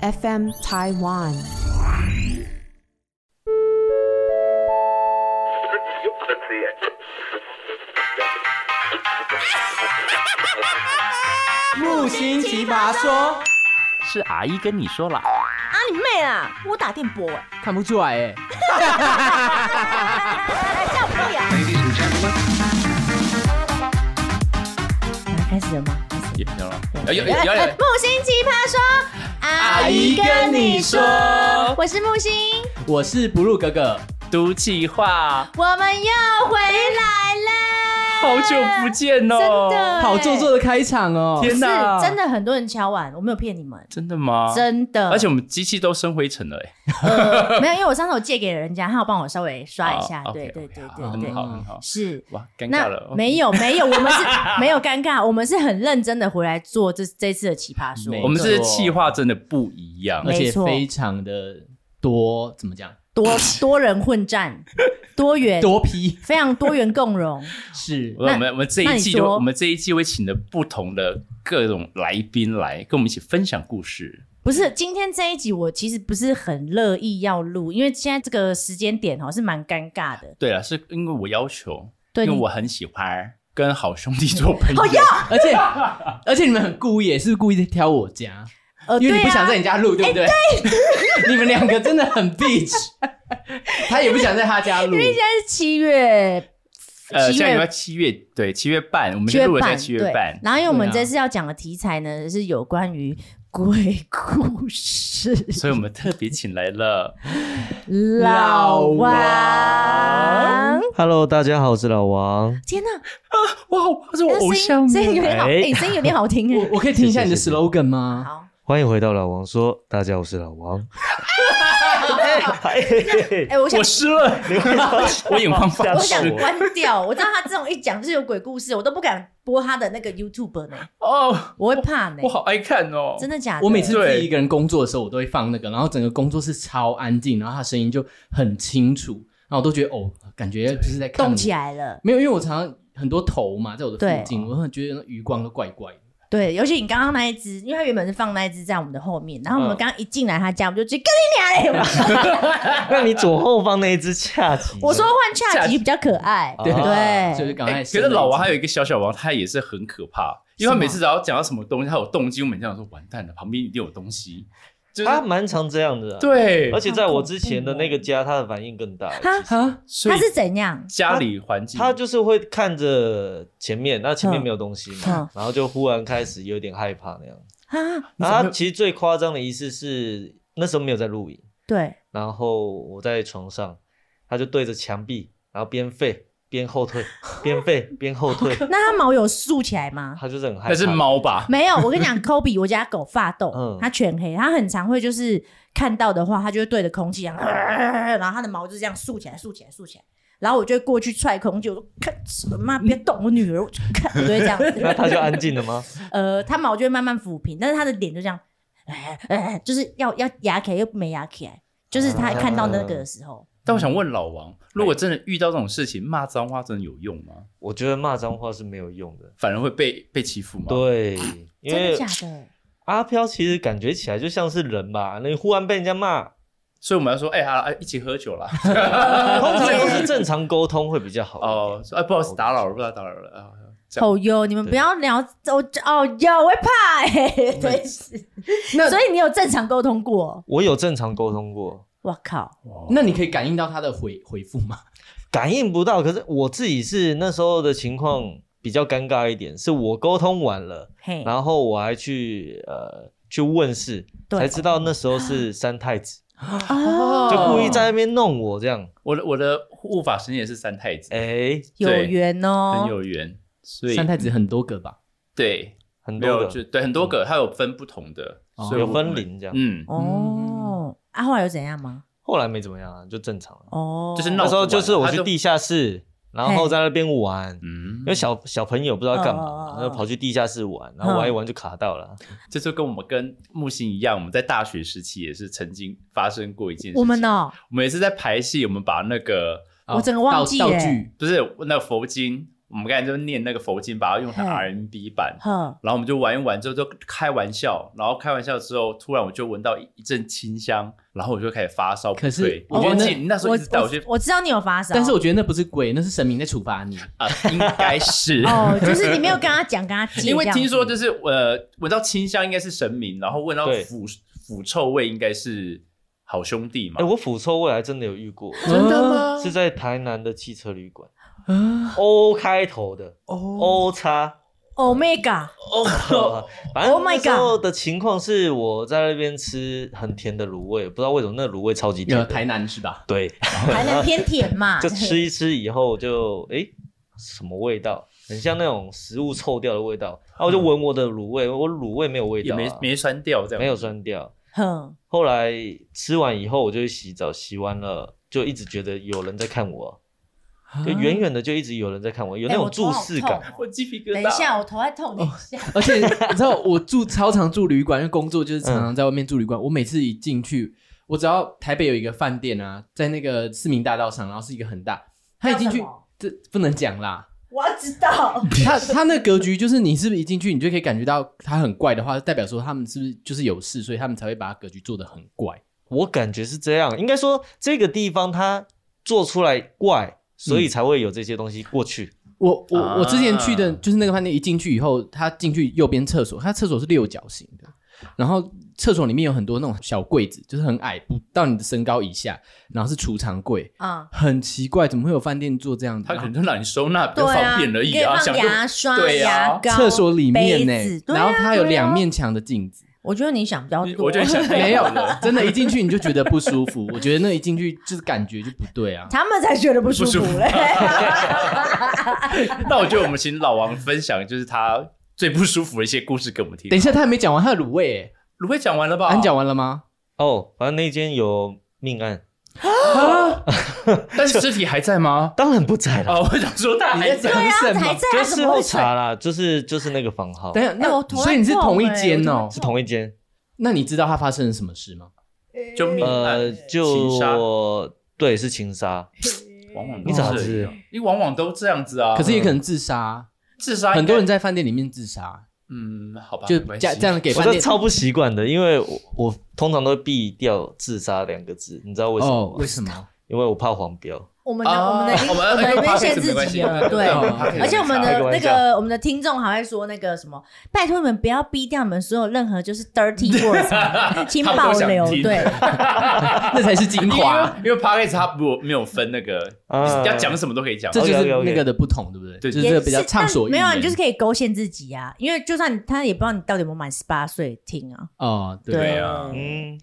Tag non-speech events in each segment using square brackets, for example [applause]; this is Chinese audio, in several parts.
FM Taiwan。 Let's see it. 木星奇葩说，是阿姨跟你说了，啊你妹啊！我打电波哎、看不出来哎。欸，叫屁啊！开始了吗？也没有了，有有有哎木星奇葩说，阿姨跟你说我是木星，我是不入格格，毒气话，我们又回来了，好久不见哦，真的好做作的开场哦。天哪，是真的很多人敲碗，我没有骗你们，真的吗？真的，而且我们机器都生灰尘了，哎，呃没有，因为我上次我借给人家，他有帮我稍微刷一下，好对 OK，对 OK，对好对很对，好很好，是。哇，尴那尬了，哦没有没有，我们是没有尴尬，我们是很认真的回来做这这次的奇葩说没，我们这些气话真的不一样而，且没错非常的多，怎么讲？多多人混战，多元多批非常多元共融，是我们我们这那一你季就说我们这一季会请的不同的各种来宾来跟我们一起分享故事，不是，今天这一集我其实不是很乐意要录，因为现在这个时间点哦是蛮尴尬的。对了，是因为我要求，对因为你哦我很喜欢跟好兄弟做朋友，而且而且你们很故意耶，是不是故意在挑我家？呃，因为你不对啊想在你家录，对不对？你们两个真的很 bitch，他也不想在他家录因。为现在是七月，呃，七下礼拜月七月对七月半，我们七就录月了在半，七月半对。，然后因为我们对啊这次要讲的题材呢是有关于鬼故事， [laughs] 所以我们特别请来了，老王。 Hello，大家好，我是老王。天哪，哇，这是我那声偶像音吗声音有点好，哎哎，声音有点好 [laughs] 听哎。我可以听一下你的谢谢谢谢 slogan 吗？好，欢迎回到老王说，大家好，我是老王。哎，我想我湿了，我眼眶发我湿想。关掉，我知道他这种一讲就是有鬼故事，我都不敢播他的那个 YouTube 呢，哦，我会怕呢我。好爱看哦，真的假的？我每次自对己一个人工作的时候，我都会放那个，然后整个工作室超安静，然后他声音就很清楚，然后我都觉得哦，感觉就是在看我动起。来了，没有，因为我常常很多头嘛，在我的附对近，我很觉得那余光都怪怪的。对，尤其你刚刚那一只，因为它原本是放那一只在我们的后面，然后我们嗯刚刚一进来他家，我们就直接跟你 [laughs] 俩嘞，那你左后方那一只恰吉，我说换恰恰吉吉比较可爱，对所以就对，刚哎才可是啊老王还有一个小小王，他也是很可怕，因为他每次只要讲到什么东西，他有动机，我每次想说完蛋了，旁边一定有东西，就是他蛮常这样的、啊，。对而，且在我之前的那个家，他的反应更大。哈啊，所它以是怎样？家里环境，他就是会看着前面，那前面没有东西嗯嘛，然后就忽然开始有点害怕那样。啊，然后他其实最夸张的一次是那时候没有在录影，对，然后我在床上，他就对着墙壁，然后边吠边后退，边吠边后退，那它毛有竖起来 [laughs] 吗？他就是很害怕。那是猫吧？没有，我跟你 [laughs] 讲，Kobe 我家狗发抖嗯，它全黑，它很常会就是看到的话，它就会对着空气这样， [laughs] 然后它的毛就这样竖起来、竖起来、竖起来，然后我就会过去踹空气，我说看什么妈，别动我女儿，我就看，我就会这样。 [laughs] 那他就安静了吗？ [laughs] [laughs] 呃，它毛就会慢慢抚平，但是它的脸就这样，哎哎，就是要要压起来又没压起来，就是它看到那个的时候，但我想问老王，如果真的遇到这种事情，骂脏话真的有用吗？我觉得骂脏话是没有用的。反而会被被欺负吗？，对， [laughs] 因真的为假的？阿飘其实感觉起来就像是人吧，你忽然被人 [laughs] 家骂，所以我们要说，哎好了，一起喝酒啦。通常都是正常沟通会比较好。哦哦，，说哎，不好意思，打扰了，不知道打扰了啊。这样哦哟，你们不对要聊，我哦哟，我会怕哎、欸， [laughs] 对，那所以你有正常沟通过？我有正常沟通过，我靠，哦那你可以感应到他的回回复吗？感应不到。可是我自己是那时候的情况比较尴尬一点，是我沟通完了，嘿，然后我还去呃去问事，对啊才知道那时候是三太子，哦，就故意在那边弄我这样。我的我的护法神也是三太子，哎，有对缘哦，很有缘，所以三太子很多个吧？对很没多有个嗯就对很多个，它有分不同的，哦所以有我分哦们龄这样，嗯，哦。啊，后来又怎样吗？后来没怎么样啊，就正常了。哦，就是闹那时候就是我他去就地下室，然后在那边玩，嗯因，为小小朋友不知道干哦哦嘛，哦然后跑去地下室玩，然后玩一玩就卡到了。这就跟我们跟木星一样，我们在大学时期也是曾经发生过一件事情。我们，哦，我们也是在排戏，我们把那个哦我整个忘记道耶道具不是那个佛经，我们刚才就念那个佛经，把它用成嘿 RMB 版，哼，然后我们就玩一玩之后就开玩笑，然后开玩笑之后，突然我就闻到一一阵清香，然后我就开始发烧。可是对我我忘觉得记你那时候我一直带我去我我知道你有发烧，但是我觉得那不是鬼，那是神明在处罚你。啊，应该是 [laughs] [laughs] 哦，就是你没有跟他讲，跟他借，因为听说就是是呃，闻到清香应该是神明，然后闻到对腐腐臭味应该是好兄弟嘛哎、。我腐臭味还真的有遇过，真的吗是在台南的汽车旅馆啊， ，O 开头的哦， O 叉 omega， O，反 Oh 正 my 那时候的情况是我在那边吃很甜的卤味，不知道为什么那卤味超级甜有的，呃台南是吧？对，还能偏甜 [laughs] 嘛？就吃一吃以后就哎、诶什么味道？很像那种食物臭掉的味道，然后我就闻我的卤味，我卤味没有味也道、啊，没没酸掉这样，没有酸掉。哼，后来吃完以后，我就去洗澡，洗完了就一直觉得有人在看我，啊就远远的就一直有人在看我，有那哎种我头注好视痛感。哦我鸡皮疙瘩。等一下，我头还哦痛，等一下， [laughs] 而且你知道，我住超常住旅馆，因为工作就是常常在外面住旅馆。我每次一进去，我只要台北有一个饭店啊，在那个市民大道上，然后是一个很大，他一进叫去什么，这不能讲啦。我要 [laughs] 知道，他他那格局就是，你是不是一进去，你就可以感觉到他很怪的话，代表说他们是不是就是有事，所以他们才会把格局做得很怪。我感觉是这样，应该说这个地方它做出来怪，所嗯以才会有这些东西过去。我我、我之前去的啊就是那个饭店，一进去以后，他进去右边厕所，他厕所是六角形的，然后厕所里面有很多那种小柜子，就是很矮，不到你的身高以下，然后是储藏柜，啊，很奇怪，怎么会有饭店做这样的？他可能就让你收纳比对较啊，方便而你已可以啊，放想用牙刷、对啊牙膏，厕所里面呢、杯子对啊然后它有两对啊面墙的镜 [laughs] 子，我觉得你想比较多，我觉得你想太没有多了，真的，一进去你就觉得不舒 [laughs] 服。我觉得那一进去就是感觉就不对啊。他们才觉得不舒服不舒服 [laughs] 嘞。那我觉得我们请老王分享，就是他最不舒服的一些故事给 [laughs] 我们听。等一下，他还没讲完他的卤味、欸，芦荟讲完了吧？啊你讲完了吗？哦，反正那间有命案，但是尸体 [laughs] 还在吗？当然不在了，哦，我想说他你还在在讲。什还么？在就啊，事怎么后会查啦，就是就是那个房号等一下，哎那我头所以你是很痛同一哎间哦我头很痛是同一间。那你知道他发生了什么事吗？就命案呃，哦情杀就对是情杀，呃往往你都怎么是知？你往往都这样子啊。可是也可能自杀啊，自杀，很多人，在饭店里面自杀，嗯，好吧，就没关系这这样给我饭这店超不习惯的，因为我我通常都会避掉“自杀”两个字，你知道为什么哦，吗？为什么？因为我怕黄标。哦我们的啊，我们的我们我们跟的那 podcast 限没制关级系哦了，对对，。我们 podcast 而且我们没的开个那玩笑个我们的听众还会说那个什么，拜托你们不要逼掉你们所有任何就是 [laughs] dirty words，请他们都保想留。听对，那才是精差华， [laughs] 因为因为 podcast 它不没有分那个，啊要讲什么都可以讲。这就是 OK，OK，OK 那个的不同，对不对？对就是这个比较畅所欲没言。有，啊，你就是可以勾限自己啊，因为就算你他也不知道你到底有没有满十八岁听啊。哦，对，对啊嗯，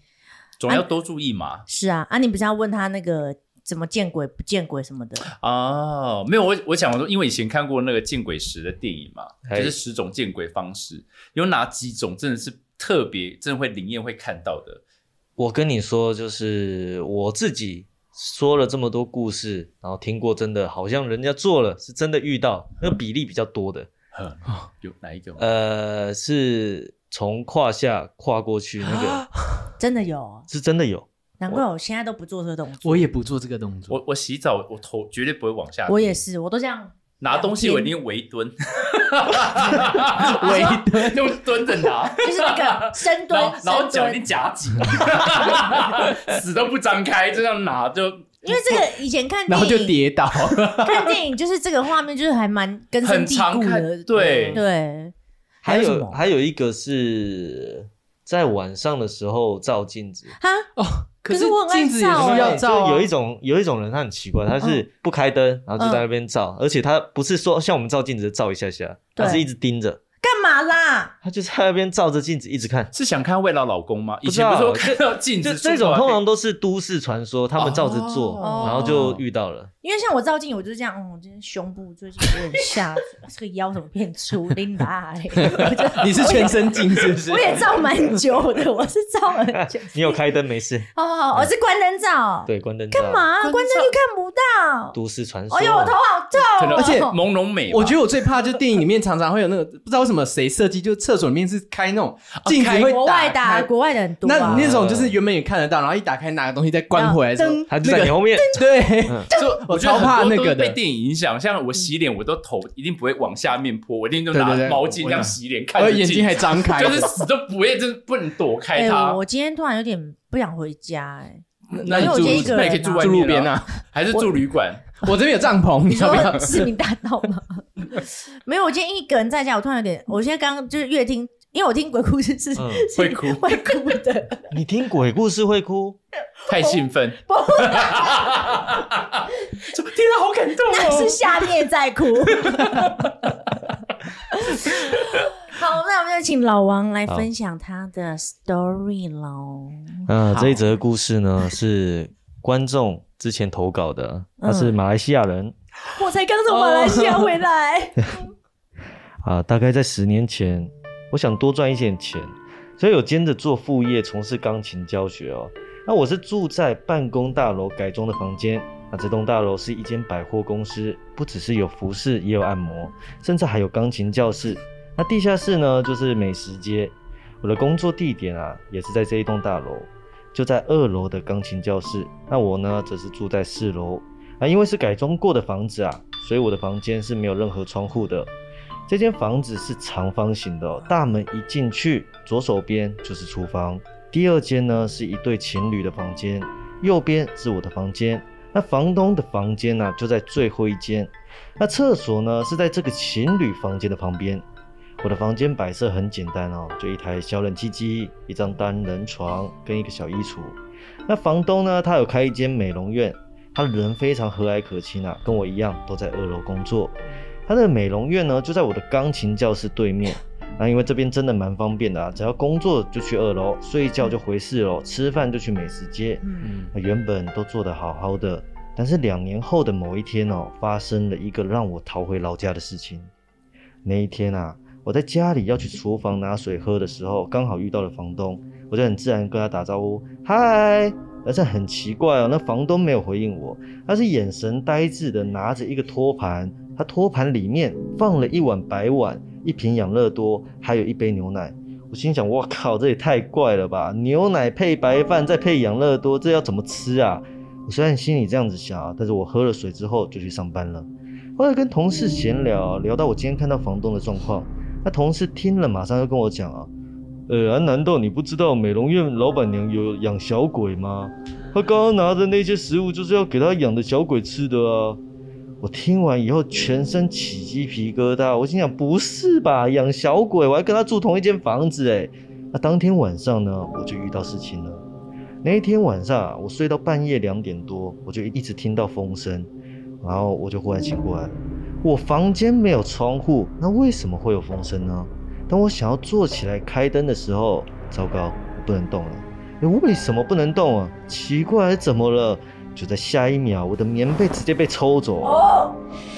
总要多注意嘛。是啊，啊，你不是要问他那个怎么见鬼不见鬼什么的？哦，没有，我我想说，因为以前看过那个《见鬼十》的电影嘛，嘿就是十种见鬼方式，有哪几种真的是特别，真的会灵验会看到的？我跟你说，就是我自己说了这么多故事，然后听过真的好像人家做了，是真的遇到，那个比例比较多的，呵有哪一个吗？呃，是从胯下跨过去那个，真的有哦，是真的有。难怪我现在都不做这个动作。我也不做这个动作。我我洗澡，我头绝对不会往下。我也是，我都这样。拿东西，我一定围蹲，围蹲 [laughs] 用蹲着拿，就是那个深蹲然后，然后深脚蹲一定夹紧， [laughs] 死都不张开，就这样拿就。因为这个以前看 [laughs] 然电后就影，跌倒，看电影就是这个画面，就是还蛮根深很蒂常固的。看对对，还有什有么还有一个是在晚上的时候照镜子，哈， [laughs] 可是是我很爱镜子也照嗯是要欸照啊，就有一种有一种人他很奇怪，他是不开灯，然后就在那边照，而且他不是说像我们照镜子照一下下，对他是一直盯着，干嘛啦？他就在那边照着镜子一直看。是想看未老老公吗？以不知前道不是说看到镜就子，这种通常都是都市传说，他们照着做，啊哦然后就遇 [laughs] 到了。因为像我照镜，我就是这样，嗯，我今天胸部最近有点下， [laughs] 这个腰怎么变粗？琳达， [laughs] 我就你是全身镜是不是我？ [laughs] 也照蛮久的，我是照很久。 [laughs] 你有开灯没 [laughs] 事，哦，哦我是关灯照，对，关灯照干？嘛？关灯就看不到。都市传说。哎呦，我头好可痛能哦！而且朦胧美吧。我觉得我最怕就是电影里面常常会有那个不知道为什么谁谁设计，就厕所里面是开那种啊镜子开会国外打的开国外的很多啊、那你那种就是原本也看得到，然后一打开拿个东西再关回来的时候，噔他就在你后面，对，就我我觉得超怕很多那都个是的被电影影响，像我洗脸，我都头一定不会往下面泼，我一定就拿对对对毛巾这我样洗脸，看我着眼睛镜还子，张开，就是死都不会，就是不能躲开哎、它。我今天突然有点不想回家、哎，那你因为我今天一住个人啊那你可以住外 [laughs] 住面路边啊，啊，还是住旅馆？我这边有帐篷，你你要不 [laughs] 要说？市民大道吗？ [laughs] 没有，我今天一个人在家，我突然有点，我现在刚刚就是越听，因为我听鬼故事是、嗯是会哭会哭的， [laughs] 你听鬼故事会哭，太兴奋，不 [laughs] 就天啊，好感动那是哦！下面在 [laughs] 哭。好，那我们就请老王来分享他的 story 哦喽。嗯，好这一则故事呢是观众之前投稿的，他是马来西亚人我才刚从马来西亚回来，啊、大概在十年前，我想多赚一点钱，所以有兼着做副业，从事钢琴教学哦。那我是住在办公大楼改装的房间，那这栋大楼是一间百货公司，不只是有服饰，也有按摩，甚至还有钢琴教室。那地下室呢，就是美食街。我的工作地点啊，也是在这一栋大楼，就在二楼的钢琴教室。那我呢，则是住在四楼。啊，因为是改装过的房子啊，所以我的房间是没有任何窗户的。这间房子是长方形的、哦，大门一进去，左手边就是厨房。第二间呢是一对情侣的房间，右边是我的房间。那房东的房间呢、就在最后一间。那厕所呢是在这个情侣房间的旁边。我的房间摆设很简单哦，就一台小冷气机、一张单人床跟一个小衣橱。那房东呢，他有开一间美容院，他人非常和蔼可亲啊，跟我一样都在二楼工作。他的美容院呢就在我的钢琴教室对面。那因为这边真的蛮方便的啊，只要工作就去二楼，睡觉就回四楼，吃饭就去美食街。嗯，那啊原本都做得好好的，但是两年后的某一天哦，发生了一个让我逃回老家的事情。那一天啊，我在家里要去厨房拿水喝的时候，刚好遇到了房东，我就很自然跟他打招呼，嗨。而且很奇怪哦，那房东没有回应我，他是眼神呆滞的拿着一个托盘，他托盘里面放了一碗白碗、一瓶养乐多，还有一杯牛奶。我心想，我靠，这也太怪了吧！牛奶配白饭，再配养乐多，这要怎么吃啊？我虽然心里这样子想啊，但是我喝了水之后就去上班了。后来跟同事闲聊，聊到我今天看到房东的状况，那同事听了马上就跟我讲啊，呃，啊难道你不知道美容院老板娘有养小鬼吗？她刚刚拿的那些食物就是要给她养的小鬼吃的啊。我听完以后全身起鸡皮疙瘩，我心想不是吧，养小鬼，我还跟他住同一间房子哎。那当天晚上呢，我就遇到事情了。那一天晚上啊，我睡到半夜两点多，我就一直听到风声，然后我就忽然醒过来了。我房间没有窗户，那为什么会有风声呢？当我想要坐起来开灯的时候，糟糕，我不能动了。诶哎为什么不能动啊？奇怪，怎么了？就在下一秒，我的棉被直接被抽走了。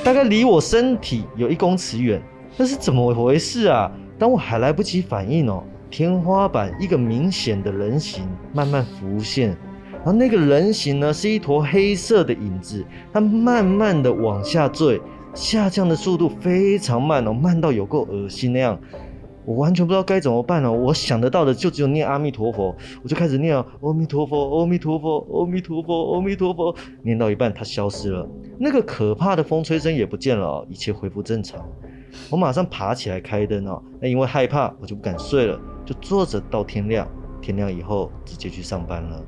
大概离我身体有一公尺远，那是怎么回事啊？当我还来不及反应哦，天花板一个明显的人形慢慢浮现，然后那个人形呢是一坨黑色的影子，它慢慢的往下坠，下降的速度非常慢哦，慢到有够恶心那样。我完全不知道该怎么办了、哦我想得到的就只有念阿弥陀佛，我就开始念啊阿弥陀佛，阿弥陀佛，阿弥陀佛，阿弥陀佛，念到一半它消失了。那个可怕的风吹声也不见了哦、一切恢复正常。我马上爬起来开灯哦，那因为害怕，我就不敢睡了，就坐着到天亮。天亮以后直接去上班了。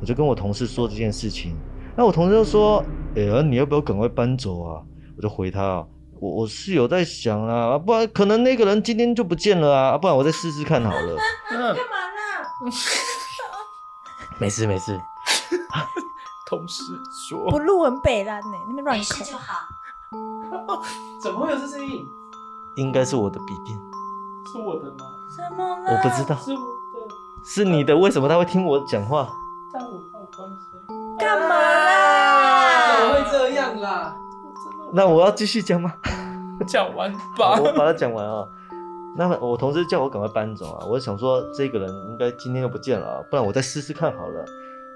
我就跟我同事说这件事情，那我同事就说：“哎、呀，你要不要赶快搬走啊？”我就回他、啊：“我我是有在想啦、啊，不然可能那个人今天就不见了啊，不然我再试试看好了。”啊嗯 [laughs] 没事没事， [laughs] 同事不说，录很北兰呢、那边乱口。怎么会有这声音？应该是我的笔电，是我的吗？什么啦？我不知道是我的，是你的，为什么他会听我讲话？但我没有关系。干嘛啦？会这样啦？那我要继续讲吗？讲完好吧。我把它讲完啊。那我同事叫我赶快搬走啊，我想说这个人应该今天又不见了啊，不然我再试试看好了。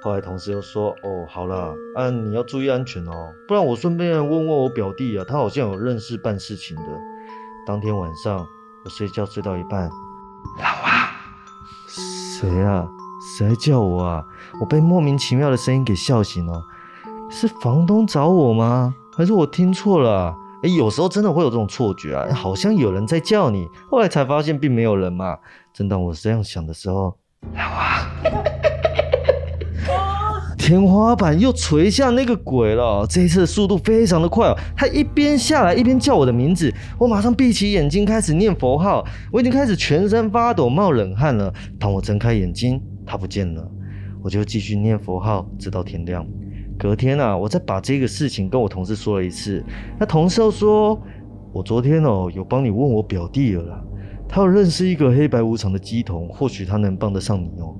后来同事又说，哦，好了，啊，你要注意安全哦，不然我顺便问问我表弟啊，他好像有认识办事情的。当天晚上，我睡觉睡到一半，老王，谁啊？谁在叫我啊？我被莫名其妙的声音给笑醒了，是房东找我吗？还是我听错了啊、哎，有时候真的会有这种错觉啊，好像有人在叫你，后来才发现并没有人嘛。正当我这样想的时候， [laughs] 天花板又垂下那个鬼了。这一次的速度非常的快哦，他一边下来一边叫我的名字，我马上闭起眼睛开始念佛号，我已经开始全身发抖冒冷汗了。当我睁开眼睛，他不见了，我就继续念佛号，直到天亮。隔天啊，我再把这个事情跟我同事说了一次，那同事又说，我昨天哦有帮你问我表弟了啦，他有认识一个黑白无常的鸡童，或许他能帮得上你哦。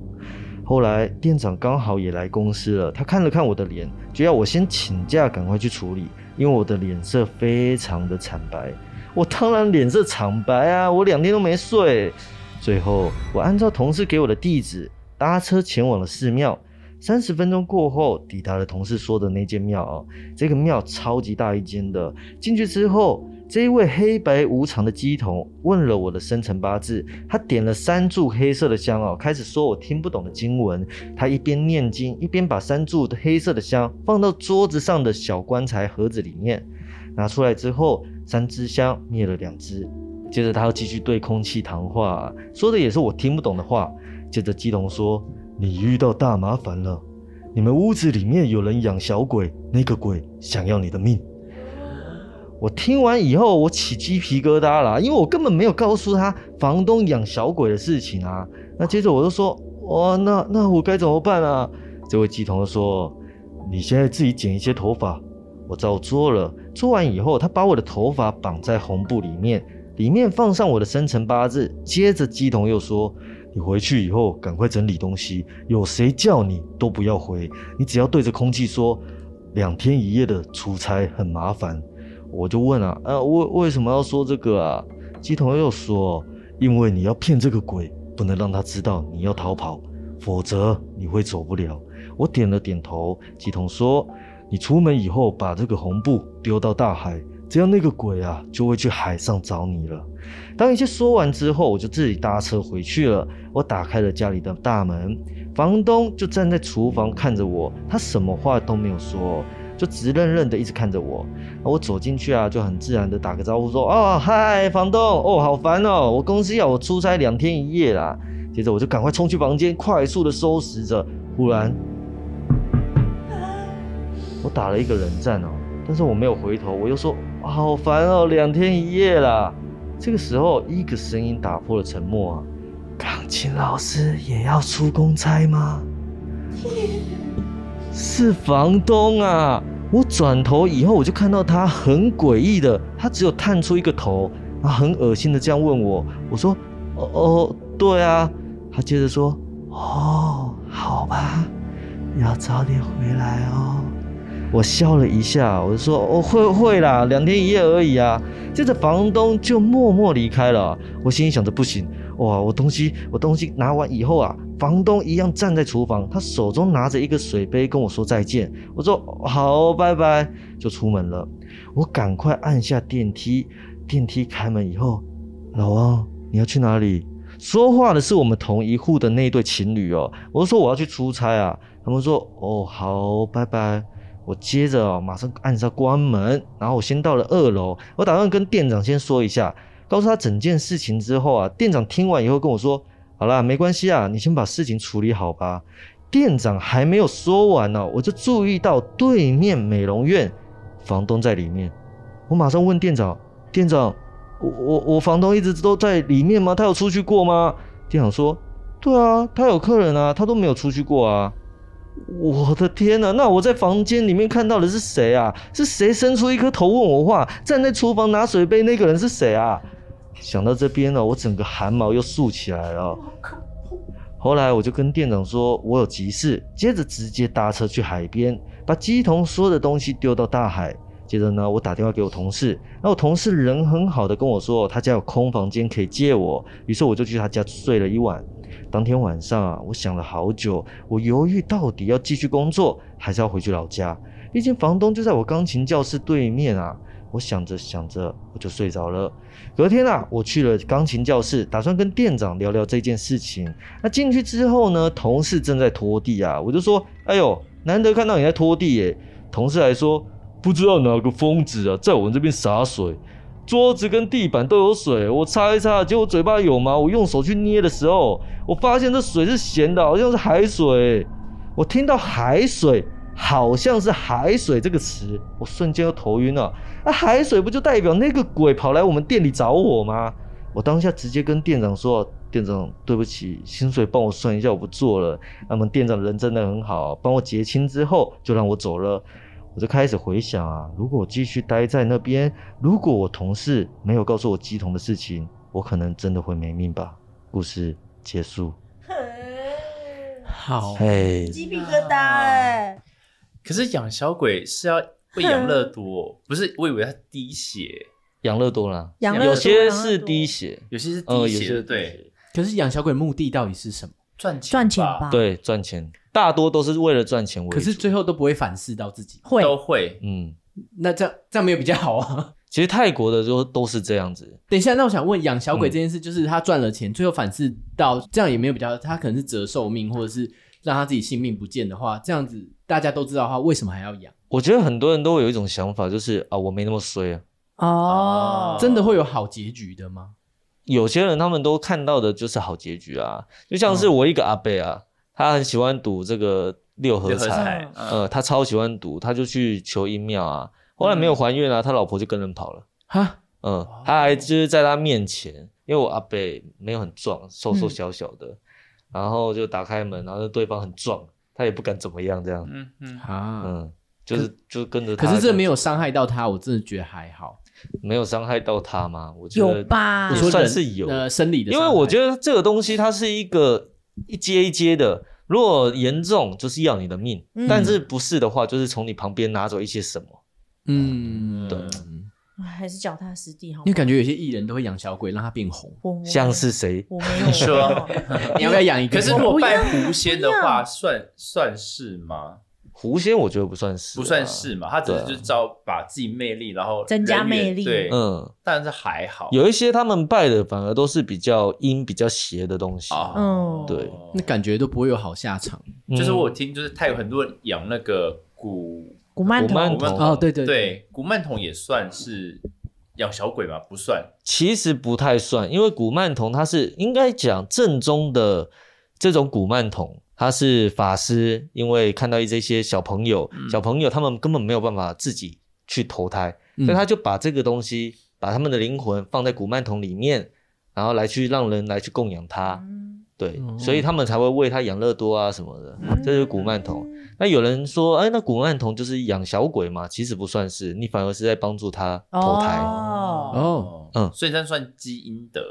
后来店长刚好也来公司了，他看了看我的脸，就要我先请假，赶快去处理，因为我的脸色非常的惨白。我当然脸色惨白啊，我两天都没睡。最后，我按照同事给我的地址搭车前往了寺庙。三十分钟过后，抵达了同事说的那间庙哦。这个庙超级大一间的，进去之后，这一位黑白无常的鸡童问了我的生辰八字，他点了三炷黑色的香哦，开始说我听不懂的经文。他一边念经，一边把三炷的黑色的香放到桌子上的小棺材盒子里面，拿出来之后，三支香灭了两支。接着他又继续对空气谈话，啊说的也是我听不懂的话。接着鸡童说：“你遇到大麻烦了，你们屋子里面有人养小鬼，那个鬼想要你的命。”我听完以后，我起鸡皮疙瘩了，因为我根本没有告诉他房东养小鬼的事情啊。那接着我就说：“哦，那那我该怎么办啊？”这位鸡童就说：“你现在自己剪一些头发。”我照做了。做完以后，他把我的头发绑在红布里面，里面放上我的生辰八字。接着鸡童又说：“你回去以后赶快整理东西，有谁叫你都不要回，你只要对着空气说，两天一夜的出差很麻烦。”我就问啊，呃，为为什么要说这个啊？鸡童又说，因为你要骗这个鬼，不能让他知道你要逃跑，否则你会走不了。我点了点头。鸡童说，你出门以后把这个红布丢到大海，这样那个鬼啊就会去海上找你了。当一切说完之后，我就自己搭车回去了。我打开了家里的大门，房东就站在厨房看着我，他什么话都没有说，就直愣愣的一直看着我。我走进去啊，就很自然的打个招呼说：“哦，嗨，房东，哦，好烦哦，我公司要我出差两天一夜啦。”接着我就赶快冲去房间，快速的收拾着。忽然，我打了一个冷战哦，但是我没有回头，我又说：“好烦哦，两天一夜啦。”这个时候，一个声音打破了沉默啊：“钢琴老师也要出公差吗？”是房东啊！我转头以后，我就看到他很诡异的，他只有探出一个头，然后很恶心的这样问我。我说：“哦哦，对啊。”他接着说：“哦，好吧，要早点回来哦。”我笑了一下，我就说：“哦，会会啦，两天一夜而已啊。”接着房东就默默离开了。啊我心里想着不行，哇，我东西我东西拿完以后啊，房东一样站在厨房，他手中拿着一个水杯跟我说再见。我说哦好，拜拜，就出门了。我赶快按下电梯，电梯开门以后，老王，你要去哪里？说话的是我们同一户的那对情侣哦。我就说我要去出差啊，他们说哦好，拜拜。我接着哦，马上按下关门，然后我先到了二楼，我打算跟店长先说一下，告诉他整件事情之后啊，店长听完以后跟我说：“好啦，没关系啊，你先把事情处理好吧。”店长还没有说完呢、我就注意到对面美容院房东在里面，我马上问店长：“店长，我我我房东一直都在里面吗？他有出去过吗？”店长说：“对啊，他有客人啊，他都没有出去过啊。”我的天呐、那我在房间里面看到的是谁啊？是谁伸出一颗头问我话？站在厨房拿水杯那个人是谁啊？想到这边呢、我整个汗毛又竖起来了。后来我就跟店长说，我有急事，接着直接搭车去海边，把鸡童说的东西丢到大海。接着呢，我打电话给我同事，那我同事人很好的跟我说，他家有空房间可以借我，于是我就去他家睡了一晚。当天晚上啊，我想了好久，我犹豫到底要继续工作，还是要回去老家。毕竟房东就在我钢琴教室对面啊。我想着想着我就睡着了。隔天啊，我去了钢琴教室，打算跟店长聊聊这件事情。那进去之后呢，同事正在拖地啊，我就说：“哎呦，难得看到你在拖地耶。”同事还说：“不知道哪个疯子啊，在我们这边洒水，桌子跟地板都有水，我擦一擦，结果嘴巴有吗？我用手去捏的时候，我发现这水是咸的，好像是海水。我听到海水。”好像是海水这个词，我瞬间就头晕了。啊，海水不就代表那个鬼跑来我们店里找我吗？我当下直接跟店长说：“店长，对不起，薪水帮我算一下，我不做了。”那么店长人真的很好，帮我结清之后就让我走了。我就开始回想啊，如果我继续待在那边，如果我同事没有告诉我鸡同的事情，我可能真的会没命吧。故事结束。 [laughs] 好，嘿， [laughs] 鸡皮疙瘩哎、可是养小鬼是要喂养乐 [laughs] 多，哦不是？我以为它滴血，养乐多啦，养乐有多些养乐是多滴血，有些是呃，有滴些血的，是滴血对，可是养小鬼目的到底是什么？赚钱赚钱吧吧，对，赚钱大多都是为了赚钱为主。可是最后都不会反思到自己，会都会。嗯，那这样这样没有比较好啊？ [laughs] 其实泰国的都都是这样子，等一下，那我想问养小嗯鬼这件事，就是他赚了钱，最后反噬到这样也没有比较，他可能是折寿命，或者是让他自己性命不见的话，这样子大家都知道的话，为什么还要养？我觉得很多人都会有一种想法，就是啊，我没那么衰啊。哦哦，真的会有好结局的吗？有些人他们都看到的就是好结局啊，就像是我一个阿伯啊，他很喜欢赌这个六合六合彩，彩，嗯呃，他超喜欢赌，他就去求阴庙啊，后来没有还愿啊，他老婆就跟人跑了，哈，嗯，他还就是在他面前，因为我阿伯没有很壮，瘦瘦小小的，然后就打开门，然后对方很壮，他也不敢怎么样这样，嗯嗯，啊，嗯，就是就跟着他可样，是这没有伤害到他，我真的觉得还好。没有伤害到他吗？我觉得有吧你你？说说算人是有呃生理的因伤害，为我觉得这个东西它是一个一阶一阶的，如果严重就是要你的命，嗯但是不是的话，就是从你旁边拿走一些什么。嗯，对哎还是脚踏实地好吗。因为？感觉有些艺人都会养小鬼，让他变红我我像是谁？我没有说我没有你要不要养一个？可 [laughs] 是如果不要拜狐仙的不话，要算算是吗？狐仙我觉得不算是、啊不算。是嘛，他只对是啊就是招把自己魅力，然后增加人缘魅力对，嗯，但是还好有一些他们拜的反而都是比较阴、比较邪的东西。啊，嗯对那感觉都不会有好下场。嗯就是我有听就是泰有很多人养那个古古曼古童，曼哦童，哦，对对，对古曼童也算是养小鬼嘛，不算其实不太算，因为古曼童他是应该讲正宗的这种古曼童，他是法师，因为看到这些小朋友，小朋友他们根本没有办法自己去投胎，嗯所以他就把这个东西，把他们的灵魂放在古曼童里面，然后来去让人来去供养他，嗯对，哦所以他们才会喂他养乐多啊什么的，这就是古曼童。那有人说，哎，那古曼童就是养小鬼嘛？其实不算是，你反而是在帮助他投胎。哦，哦嗯所以这算基因的，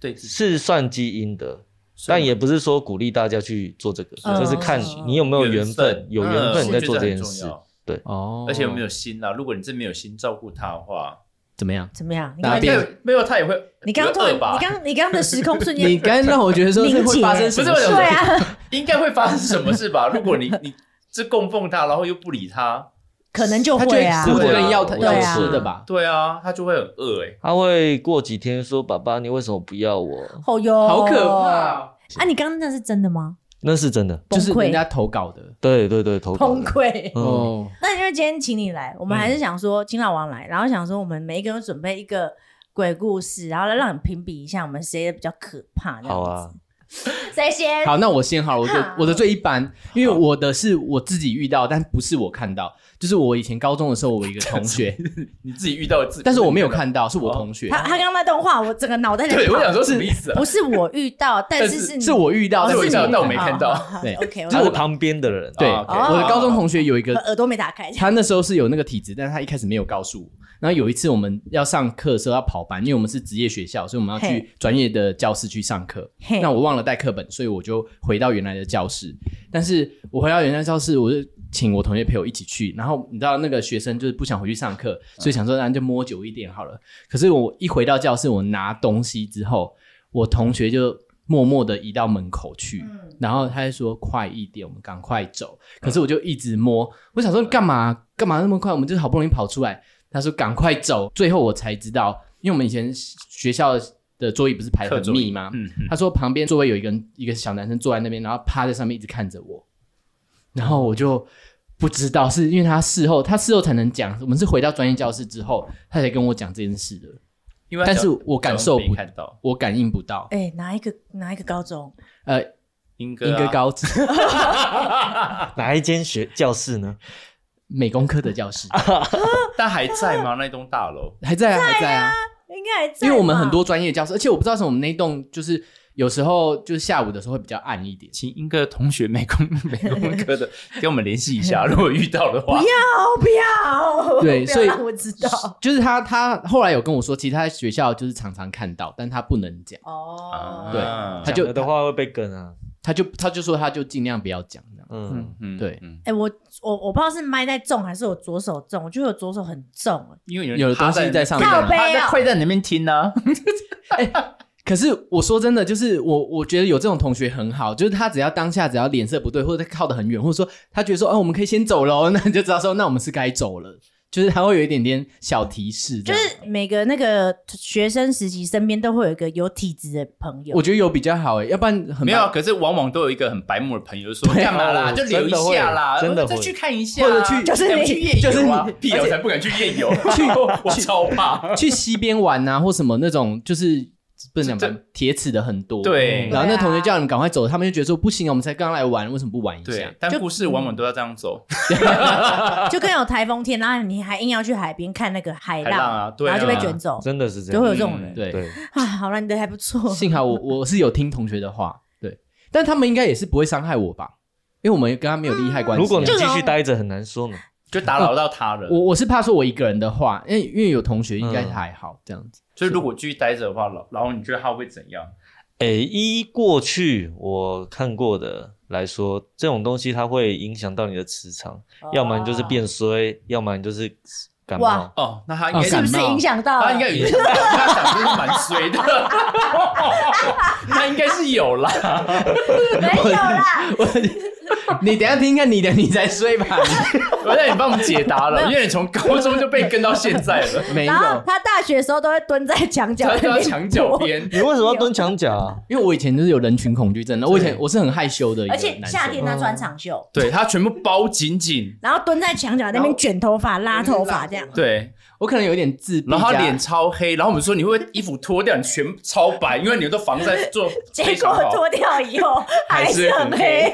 对，是是算基因的，但也不是说鼓励大家去做这个，嗯就是看你有没有缘分，有缘嗯分你在做这件事我觉得很重。要哦，而且有没有心啊？如果你真没有心照顾他的话，怎么样？怎么样？你大家刚变没有没有他也会，你刚刚突会然，饿吧你刚你刚刚的时空瞬 [laughs] 间，你刚刚让我觉得说凝这会结发生什不是么我事想对说？啊，应该会发生什么事吧？如 [laughs] 果你你这供奉他，然后又不理他，可能就他就会啊会，哭对着啊跟要对啊要吃的吧？对啊，他就会很饿哎、他会过几天说：“爸爸，你为什么不要我哦哟，好可怕！哦！啊，你刚刚那是真的吗？？”那是真的，崩就是人溃， [laughs] 家投稿的对对对，投稿的崩溃。嗯，哦，那因为今天请你来，我们还是想说金老王来，然后想说我们每一个人准备一个鬼故事，然后来让你评比一下我们谁比较可怕。好，啊，谁先？好，那我先好了，我的好我的最一般，因为我的是我自己遇到，但不是我看到，就是我以前高中的时候，我一个同学，你自己遇到自己，但是我没有看到，是我同学，他他刚刚那段话，我整个脑袋在对，我跑想说什么意思啊不？是我遇到，但是是你是我遇到，哦但是我我没遇看到，但到我没看到。啊对，OK，他我是旁边的人，啊对，哦，OK 我的高中同学有一个把耳朵没打开。他那时候是有那个体质，但是他一开始没有告诉我。然后有一次我们要上课的时候要跑班，因为我们是职业学校，所以我们要去嘿专业的教室去上课嘿。那我忘了带课本，所以我就回到原来的教室。但是我回到原来的教室，我就请我同学陪我一起去。然后你知道那个学生就是不想回去上课，所以想说那就摸久一点好了。可是我一回到教室，我拿东西之后，我同学就默默的移到门口去，然后他就说快一点，我们赶快走。可是我就一直摸，我想说干嘛干嘛那么快，我们就是好不容易跑出来。他说赶快走。最后我才知道，因为我们以前学校的桌椅不是排得课很桌椅密吗？ [laughs] 嗯嗯他说旁边座位有一个人，一个小男生坐在那边，然后趴在上面一直看着我，然后我就不知道，是因为他事后，他事后才能讲，我们是回到专业教室之后，他才跟我讲这件事的，因为但是我感受没不看到我感应不到。哎、哪一个哪一个高中？呃，英哥英歌啊高职哪一间学教室呢？ [laughs] 美工科的教室啊但还在吗？那栋大楼还在啊，还在啊，应该还在吧因为我们很多专业教室，而且我不知道为什么我们那一栋就是有时候就是下午的时候会比较暗一点。请英哥的同学美工美工 [laughs] 科的跟我们联系一下，如果遇到的话不，要不要，对不要所以让我知道就是他，他后来有跟我说，其实他在学校就是常常看到，但他不能讲，哦，对啊他就讲了的话会被梗啊。他就他就说他就尽量不要讲这样。嗯，嗯对嗯哎、我我我不知道是麦在重还是我左手重，我觉得我左手很重。啊因为有有人的趴东西在在上面靠啊背趴没在有快在你那边听啊呢，可是我说真的，就是我我觉得有这种同学很好，就是他只要当下只要脸色不对，或者他靠得很远，或者说他觉得说，哦，我们可以先走 [laughs] 喽，那你就知道说，那我们是该走了。就是他会有一点点小提示这就样，是每个那个学生时期身边都会有一个有体质的朋友我，觉得有比较好哎，要不然很没有啊。麻可是往往都有一个很白目的朋友说对啊干嘛啦，哦就留一下啦，真的呃会再去看一下啊，或者去就是哎我你去夜就是游你啊，屁啊而我且才不敢去夜 [laughs] 游，去 [laughs] 我超怕。去溪边玩啊，或什么那种，就是不能这讲吧铁齿的很多。对然后那对啊同学叫你们赶快走，他们就觉得说不行啊，我们才刚来玩，为什么不玩一下对？，但就故事往往都要这样走，嗯就跟有台风天，然后你还硬要去海边看那个海海浪啊对啊然后就被卷走，真的是这就会有样。这种人。对，对， [laughs] 啊，好了，你的还不 [laughs] 错。幸好我我是有听同学的话，对，但他们应该也是不会伤害我吧，因为我们跟他没有利害关系啊、如果你这继种续待着，很难说呢。就打扰到他人。我我是怕说我一个人的话，因为因为有同学应该还嗯好、这样子， [laughs] 所以如果继续待着的话，然然后你觉得他会怎样？诶，依过去我看过的来说，这种东西它会影响到你的磁场，哦要么你啊就是变衰，要么你就是感哇冒。哦，那他应哦该是感不冒是影响到了？他应该有影响到，他长得是蛮衰的， [laughs] 他应该是有啦。 [laughs] 没有啦，你等一下听看你的，你才睡 [laughs] 吧，我让你帮我们解答了，因为你从高中就被跟到现在了， [laughs] 你没然后有，他大学的时候都会蹲在墙角他就那边要播，墙角边。你为什么要蹲墙角啊？因为我以前就是有人群恐惧症的，我以前我是很害羞的一个而男生，且夏天他穿长袖，对他全部包紧紧，然后蹲在墙角那边卷头发、拉头发 [laughs] 这样。对，我可能有一点自闭啊加，然后他脸超黑，然后我们说你会不会衣服脱掉，你全超白，因为你都防晒做 [laughs] 结果脱掉以后还是是很黑很黑，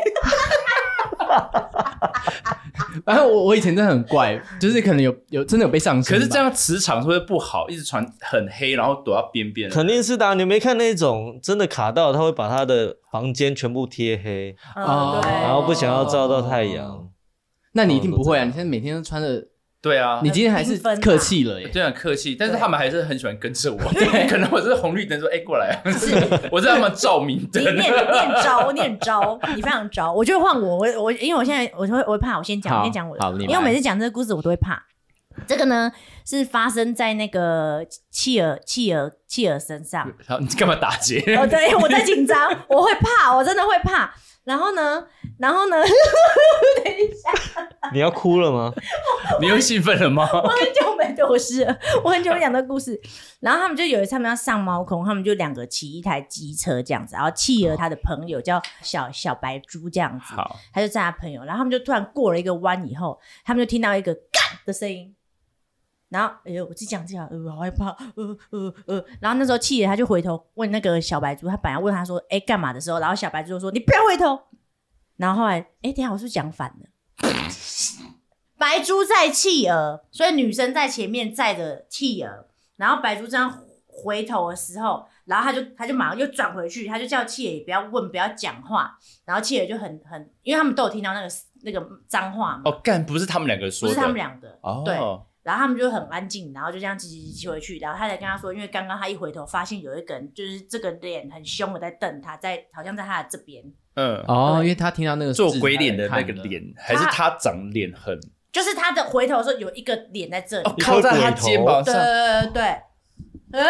然后我我以前真的很怪，就是可能有有真的有被上身吧，可是这样磁场会不会不好？一直传很黑，然后躲到边边。肯定是的啊、你没看那种真的卡到，他会把他的房间全部贴黑，哦嗯，哎对，然后不想要照到太阳。那你一定不哦会啊！你现在每天都穿着，对啊，你今天还是客气了耶。虽然客气，但是他们还是很喜欢跟着我。 [laughs] 可能我是红绿灯说，哎、过来、啊， [laughs] 我是他们照明灯你。念 [laughs] 念招，念招，你非常招。我就换我，我我，因为我现在我就会我会怕，我先讲，好我先讲我好的，你来因为我每次讲这个故事我都会怕。这个呢是发生在那个企鹅、企鹅、企鹅身上。然后你干嘛打结？ [laughs] 哦，对，我在紧张，我会怕，我真的会怕。然后呢，然后呢， [laughs] 等一下，你要哭了吗？你又兴奋了吗？我很久没对我是，我很久没讲这个故事。然后他们就有一次他们要上猫空，他们就两个骑一台机车这样子，然后企鹅他的朋友叫小小白猪这样子，好，他就载他朋友，然后他们就突然过了一个弯以后，他们就听到一个干的声音。然后，哎呦，我自己讲这样，呃，好害怕，呃呃呃。然后那时候气爷他就回头问那个小白猪，他本来问他说，哎，干嘛的时候，然后小白猪就说，你不要回头。然后后来，哎，等一下我是不是讲反了，白猪载企鹅，所以女生在前面载着企鹅，然后白猪这样回头的时候，然后他就他就马上又转回去，他就叫企鹅也不要问，不要讲话，然后企鹅就很很，因为他们都有听到那个那个脏话嘛，哦，干，不是他们两个不说的，是他们两个，哦，对。然后他们就很安静，然后就这样骑骑骑骑回去，然后他才跟他说，因为刚刚他一回头发现有一个人，就是这个脸很凶的在瞪他，在好像在他的这边，嗯，哦，对因为他听到那个做字鬼脸的他那才看个脸，还是他长脸很，就是他的回头哦的时候有一个脸在这里，哦，靠在他肩膀对上，对对对，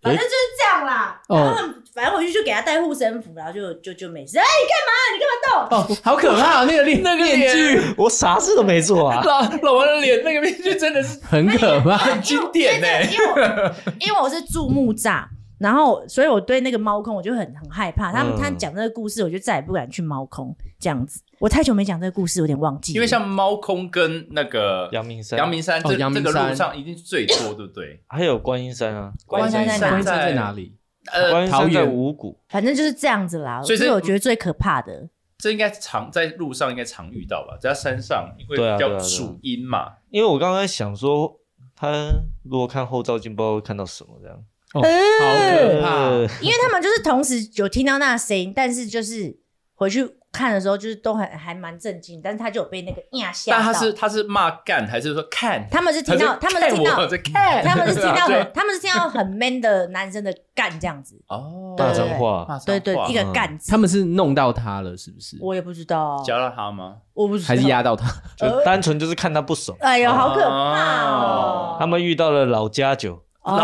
反正就是这样啦。哦然后他们反正回去就给他带护身符，然后就就就没事。哎，你干嘛？你干嘛动？哦， [laughs] 好可怕、那个 [laughs] 面那个面具， [laughs] 我啥事都没做啊。老老王的脸那个面具真的是很可怕。哎很经典呢、因 [laughs] 为我因为我是住木栅，然后所以我对那个猫空我就很很害怕。他们嗯他讲这个故事，我就再也不敢去猫空这样子。我太久没讲这个故事，有点忘记了。因为像猫空跟那个阳明山、阳明山这、哦阳这明个山路上一定是最多，对不对？还有观音山啊，关关山山在哪关里山在哪里？呃，观音桃山在园五谷，反正就是这样子啦。所以这是是我觉得最可怕的。这应该常在路上应该常遇到吧？在山上因为对啊比较对啊对啊主阴嘛，因为我刚刚在想说，他如果看后照镜，不知道会看到什么这样。哦，好可呃怕！因为他们就是同时有听到那个声音，但是就是回去看的时候，就是都很还蛮震惊，但是他就有被那个呀吓但到。他是他是骂干还是说看？他们是听到，他们是还是听到看我，在看，他们是听到 [laughs] 对很，他们是听到很 man 的男生的干这样子，哦，对大对脏对话，对对，一个个干字。他们是弄到他了，是不是？我也不知道，教到他吗？我不知道，还是压到他？就单纯就是看他不呃爽。哎呦，好可怕哦！他们遇到了老家酒，哦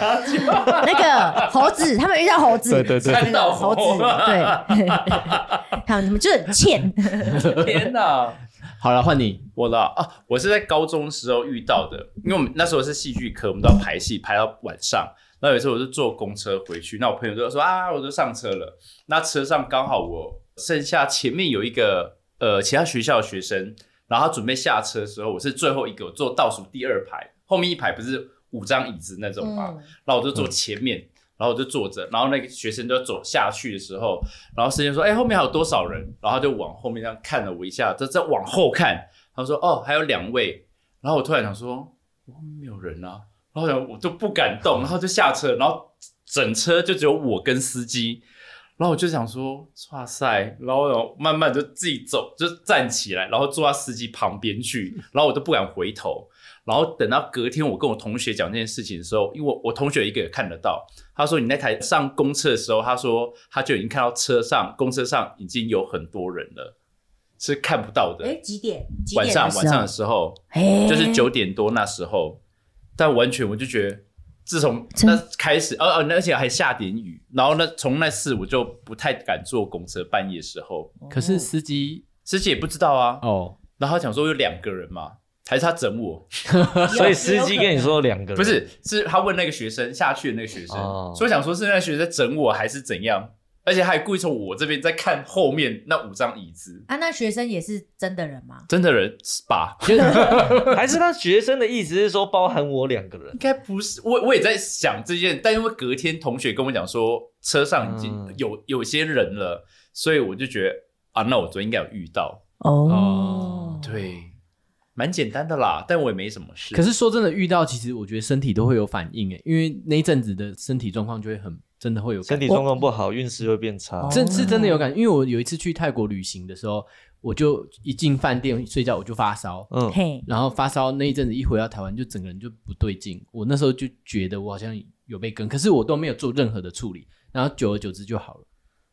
那个猴子，他们遇到猴子，对对对那个猴子，对， [laughs] 他们他们就很欠，天哪！好了，换你。我啦啊，我是在高中时候遇到的，因为我们那时候是戏剧课，我们都要排戏，排到晚上。然后有一次我就坐公车回去，那我朋友就说啊，我就上车了。那车啊上刚好我剩下前面有一个呃其他学校的学生，然后他准备下车的时候，我是最后一个，我坐倒数第二排，后面一排不是五张椅子那种吗？嗯然后我就坐前面，然后我就坐着，然后那个学生就走下去的时候，然后司机说：“哎、后面还有多少人？”然后他就往后面这样看了我一下，再再往后看，他说：“哦，还有两位。”然后我突然想说：“我没有人啊。”然后我想我就不敢动，然后就下车，然后整车就只有我跟司机。然后我就想说，哇塞！然后我慢慢就自己走，就站起来，然后坐到司机旁边去，然后我都不敢回头。然后等到隔天，我跟我同学讲这件事情的时候，因为我我同学有一个也看得到，他说你那台上公车的时候，他说他就已经看到车上公车上已经有很多人了，是看不到的。哎，几点？几晚点上的晚时上的候？时候，哎就是九点多那时候，但完全我就觉得，自从真那开始，呃呃，而且还下点雨，然后呢，从那次我就不太敢坐公车，半夜时候，可是司机司机也不知道啊，哦，然后他讲说有两个人嘛，还是他整我？哎所以司机跟你说两个人不是，是他问那个学生下去的那个学生，哦所以我想说是那个学生整我还是怎样，而且他还故意从我这边在看后面那五张椅子，啊，那学生也是真的人吗？真的人是吧？ [laughs] [laughs] 还是他学生的意思是说包含我两个人应？该不是，我我也在想这件，但因为隔天同学跟我讲说车上已经嗯有、有些人了，所以我就觉得啊，那我昨天应该有遇到，哦，对，蛮简单的啦，但我也没什么事。可是说真的，遇到其实我觉得身体都会有反应诶，因为那一阵子的身体状况就会很真的会有感身体状况不好，运势会变差。这是真的有感，因为我有一次去泰国旅行的时候，我就一进饭店睡觉我就发烧，嗯，嘿，然后发烧那一阵子一回到台湾就整个人就不对劲，我那时候就觉得我好像有被跟，可是我都没有做任何的处理，然后久而久之就好了。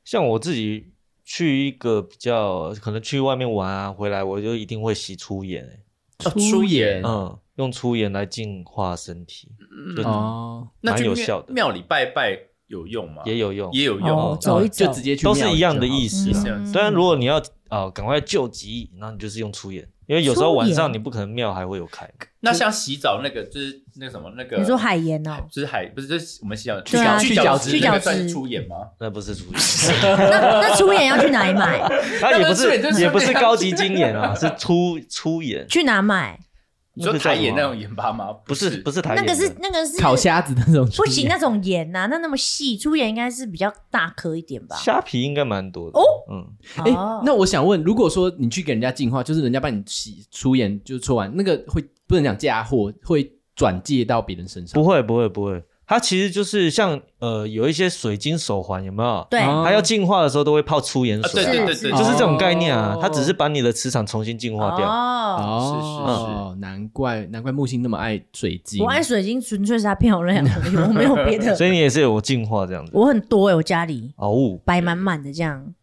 像我自己去一个比较可能去外面玩啊，回来我就一定会洗粗盐、欸，哦出演嗯，用粗盐来净化身体，就哦，那蛮去有庙效的庙里拜拜有用吗？也有用，也有用，哦走一走就直接去都是一样的庙就好意思啦。嗯当然，如果你要啊赶快救急，那你就是用粗盐，因为有时候晚粗上盐你不可能庙还会有开。那像洗澡那个就是那个什么那个，你说海盐 [laughs] 哦，就是海不是就是我们洗澡对啊去去角角质质那个去角质算是出演吗？那不是粗盐， [laughs] 那那粗盐要去哪里买？它也不那不是就是也不是是高级精盐啊，是粗粗 [laughs] 盐，去哪买？你说那个叫台什么演那种盐巴吗？不是不是台那盐的，个是那个是烤虾子的那种不粗行，盐那种盐呐、那那么细，粗盐应该是比较大颗一点吧？虾皮应该蛮多的哦，嗯，哎、哦那我想问，如果说你去给人家净化，就是人家帮你洗出盐，就是搓完那个会不能讲嫁祸，会转借到别人身上不。会不会不会，它其实就是像呃有一些水晶手环有没有？对、哦它要净化的时候都会泡粗盐啊，对水啊，对对是对，就是这种概念啊哦，它只是把你的磁场重新净化掉。哦，哦，难怪难怪木星那么爱水晶。我爱水晶纯粹是它漂亮而已，我没有别的 [laughs] 所。以你也是有净化这样子。我很多哎、我家里哦，摆满满的这样，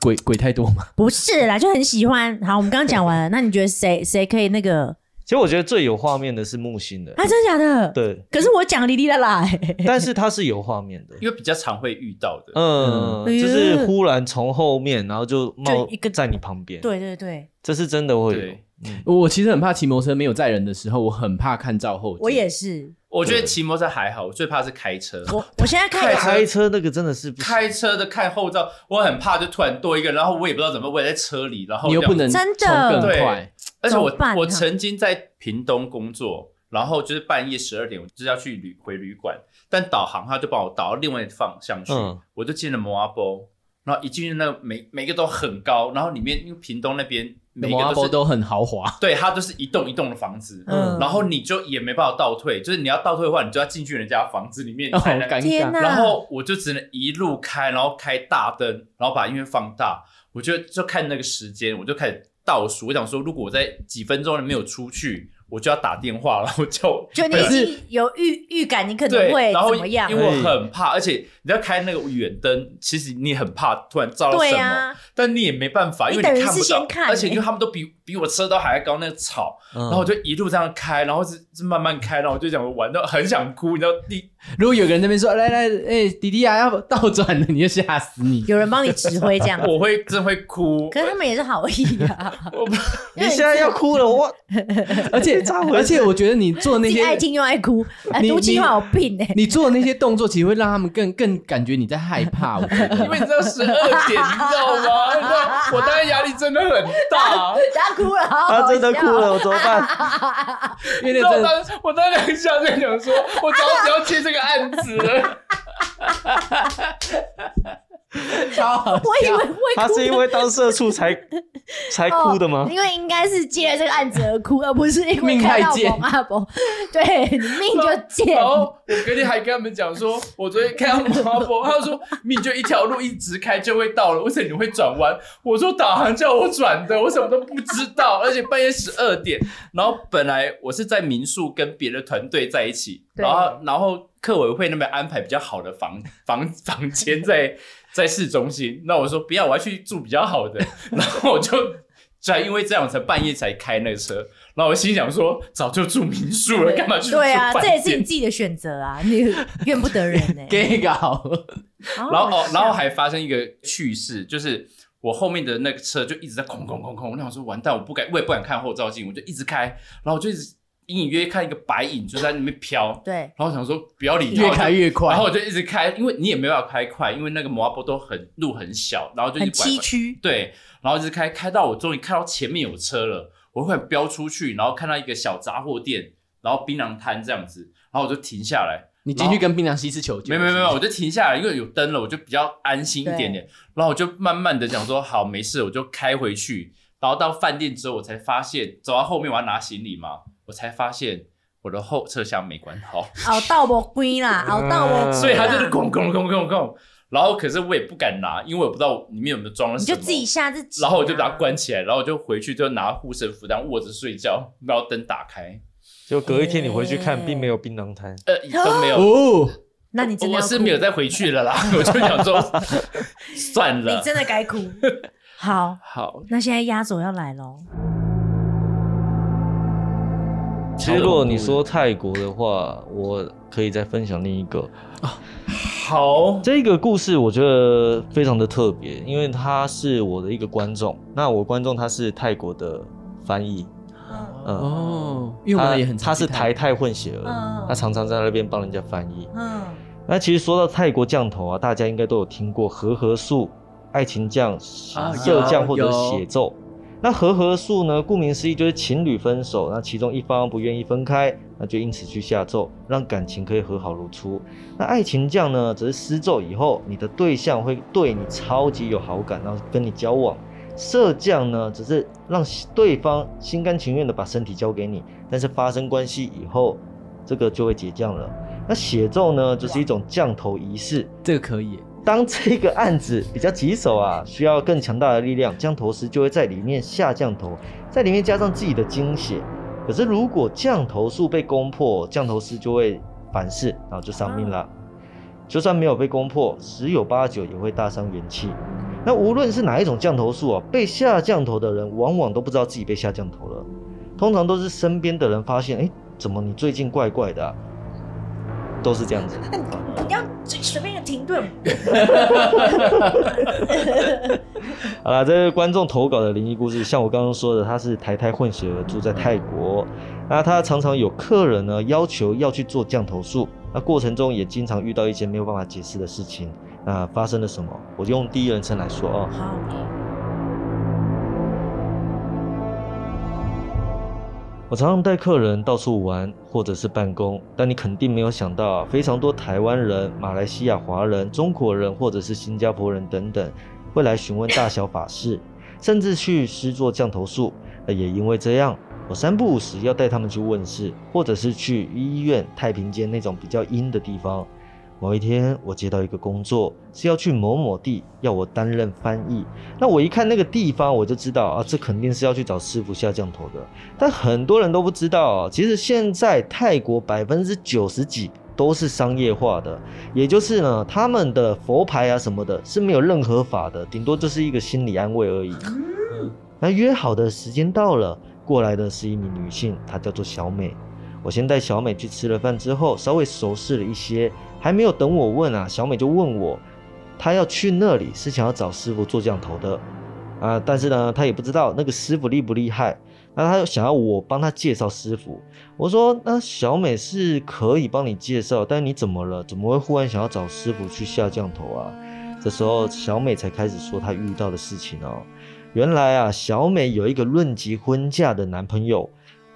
鬼鬼太多嘛。不是啦，就很喜欢。好，我们刚刚讲完了，那你觉得谁谁可以那个其实我觉得最有画面的是木星的，啊，真的假的？。 [laughs] 对，可是我讲哩哩啦啦、欸，但是它是有画面的，因为比较常会遇到的。嗯，嗯就是忽然从后面，然后就冒就一个在你旁边，，对对对，这是真的会有对。嗯，我我其实很怕骑摩托车没有载人的时候，我很怕看照后镜。我也是，我觉得骑摩托车还好，我最怕是开车。我我现在看开开车那个真的是 [laughs] 不行开车的看后照，我很怕就突然多一个，然后我也不知道怎么，我也在车里，然后你又不能真的冲更哦对快，而且我怎么办啊我曾经在屏东工作，然后就是半夜十二点，我就是要去旅回旅馆，但导航他就把我导到另外一个方向去，嗯我就进了摩阿波，然后一进去那个每每个都很高，然后里面因为屏东那边每一摩阿个都波是都很豪华。对，它就是一栋一栋的房子，嗯然后你就也没办法倒退，就是你要倒退的话，你就要进去人家房子里面，你哦，好才能尴天尬哪！然后我就只能一路开，然后开大灯，然后把音乐放大，我就就看那个时间，我就开始倒数。我想说，如果我在几分钟内没有出去，我就要打电话，然后就就你对已经有预预感，你可 [laughs] 能对，会然后怎么样因？为我很怕，而且你要开那个远灯，其实你也很怕突然照到对什么，呀、啊，但你也没办法，因为你等于看不是到先，看而且欸因为他们都比比我车都还要高，那个草，然然后我就一路这样开，然后是是慢慢开，然后我就想我玩到很想哭，你知道第，如果有个人在那边说来来，哎、弟弟啊，要倒转了，你就吓死你。有人帮你指挥这样我会真会哭，可是他们也是好意啊，我不你现在要 [laughs] 哭了，我而且而且，我觉得你做那既些爱听又爱哭，啊，你毒气话有病哎、你做那些动作，其实会让他们更更感觉你在害怕。我觉得 [laughs] 因为你知道十二点，你知道吗？ [laughs] 你知道我当然压力真的很大。他哭了，好好他啊真的笑哭了，我怎么 [laughs] 办？因为然后那真我的当时我当时想在想说，我早只要接这个案子了。超好笑。我以为会哭，他是因为当社 [laughs] 畜才才哭的吗哦？因为应该是接了这个案子而哭，而不是因为命看太到贱蒙阿伯，对你命就贱然。后我隔天还跟他们讲说，我昨天看到马博，他说你就一条路一直开就会到了，为什么你会转弯？我说导航叫我转的，我什么都不知道，而且半夜十二点。然后本来我是在民宿跟别的团队在一起，对然后然后客委会那边安排比较好的房房房间在在市中心，那我说不要，我要去住比较好的，然后我就。才因为这样，我才半夜才开那个车。然后我心想说，早就住民宿了，干嘛去住对啊，饭这也是店你自己的选择啊，你怨不得人欸呢、给搞，然然后哦，然后还发生一个趣事，就是我后面的那个车就一直在空空空空，那我说完蛋，我不敢，我也不敢看后照镜，我就一直开，然后我就一直隐隐约约看一个白影就在那边飘，对，然后我想说不要理他，越开越快。然后我就一直开，因为你也没办法开快，因为那个摩阿波都很路很小，然后就一很直拐崎拐岖，对，然后一直开开到我终于看到前面有车了，我会飙出去，然后看到一个小杂货店，然后槟榔摊这样子，然后我就停下来，你进去跟槟榔西施求救。没有没有没有，我就停下来，因为有灯了，我就比较安心一点点。然后我就慢慢的讲说，好，没事，我就开回去。然后到饭店之后，我才发现，走到后面我要拿行李嘛，我才发现我的后车厢没关好，熬到我龟啦，哦熬嗯到我，所以它就是咣咣咣咣咣。然后可是我也不敢拿，因为我不知道里面有没有装了你什就么。自己吓自己啊、然后我就把它关起来，然后我就回去就拿护身符当握着睡觉，然后灯打开，就隔一天你回去看，哎并没有槟榔摊，呃，都没有。哦，那你真的我要是哭没有再回去了啦，我就想 [laughs] 说，算了你，真的 [laughs] 该哭。好，好，那现在压轴要来喽。其实如果你说泰国的话，我可以再分享另一个。好，这个故事我觉得非常的特别，因为他是我的一个观众，那我观众他是泰国的翻译，嗯，哦，因为我们也很他常是去台泰混血儿嗯，他常常在那边帮人家翻译。嗯，那其实说到泰国酱头啊，大家应该都有听过和合素、爱情酱、色酱或者是血咒。那和合素呢，顾名思义就是情侣分手，那其中一方不愿意分开，那就因此去下咒，让感情可以和好如初。那爱情酱呢，则是施咒以后，你的对象会对你超级有好感，然后跟你交往。色酱呢，只是让对方心甘情愿的把身体交给你，但是发生关系以后，这个就会结酱了。那血咒呢，就是一种降头仪式。这个可以耶，当这个案子比较棘手啊， [laughs] 需要更强大的力量，降头师就会在里面下降头，在里面加上自己的精血。可是如果降头术被攻破，降头师就会反噬，然后就丧命啦。就算没有被攻破，十有八九也会大伤元气。那无论是哪一种降头术啊，被下降头的人往往都不知道自己被下降头了。通常都是身边的人发现，哎，怎么你最近怪怪的、啊？都是这样子。你要随随便一个停顿，好了，这是观众投稿的灵异故事。像我刚刚说的，他是台台混血儿，住在泰国。那他常常有客人呢要求要去做降头术，那过程中也经常遇到一些没有办法解释的事情。那发生了什么？我就用第一人称来说哦。好，我常常带客人到处玩，或者是办公，但你肯定没有想到啊，非常多台湾人、马来西亚华人、中国人或者是新加坡人等等，会来询问大小法事，甚至去施做降头术。呃也因为这样，我三不五时要带他们去问事，或者是去医院、太平间那种比较阴的地方。某一天，我接到一个工作是要去某某地，要我担任翻译。那我一看那个地方，我就知道啊，这肯定是要去找师傅下降头的。但很多人都不知道哦，其实现在泰国百分之九十几都是商业化的，也就是呢，他们的佛牌啊什么的是没有任何法的，顶多就是一个心理安慰而已。那约好的时间到了，过来的是一名女性，她叫做小美。我先带小美去吃了饭之后，稍微熟识了一些，还没有等我问啊，小美就问我，她要去那里是想要找师傅做降头的啊，但是呢，她也不知道那个师傅厉不厉害，那她又想要我帮她介绍师傅，我说那小美是可以帮你介绍，但你怎么了？怎么会忽然想要找师傅去下降头啊？这时候小美才开始说她遇到的事情哦。原来啊，小美有一个论及婚嫁的男朋友，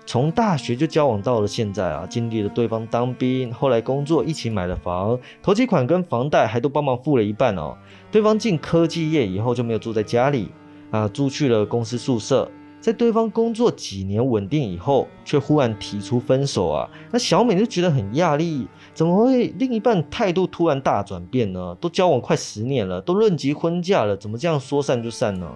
从大学就交往到了现在啊，经历了对方当兵，后来工作，一起买了房，头期款跟房贷还都帮忙付了一半哦。对方进科技业以后就没有住在家里啊，住去了公司宿舍。在对方工作几年稳定以后，却忽然提出分手啊，那小美就觉得很讶异，怎么会另一半态度突然大转变呢？都交往快十年了，都论及婚嫁了，怎么这样说散就散呢？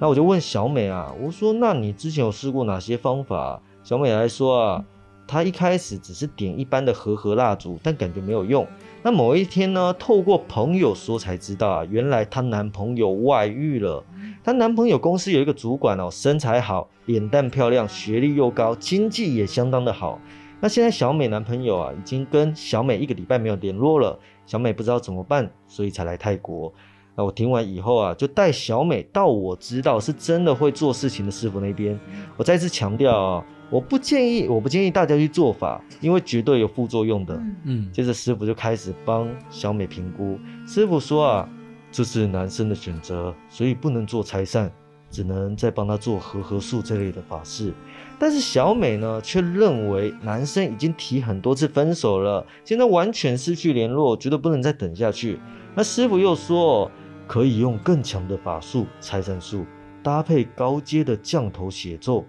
那我就问小美啊，我说那你之前有试过哪些方法、小美来说啊，她一开始只是点一般的和和蜡烛，但感觉没有用。那某一天呢，透过朋友说才知道啊，原来她男朋友外遇了。她男朋友公司有一个主管哦，身材好，脸蛋漂亮，学历又高，经济也相当的好。那现在小美男朋友啊，已经跟小美一个礼拜没有联络了，小美不知道怎么办，所以才来泰国。那我听完以后啊，就带小美到我知道是真的会做事情的师傅那边。我再次强调啊，我不建议，我不建议大家去做法，因为绝对有副作用的。嗯，接着师傅就开始帮小美评估。师傅说啊，这是男生的选择，所以不能做拆散，只能再帮他做合合术这类的法事。但是小美呢，却认为男生已经提很多次分手了，现在完全失去联络，觉得不能再等下去。那师傅又说，可以用更强的法术拆散术，搭配高阶的降头血咒。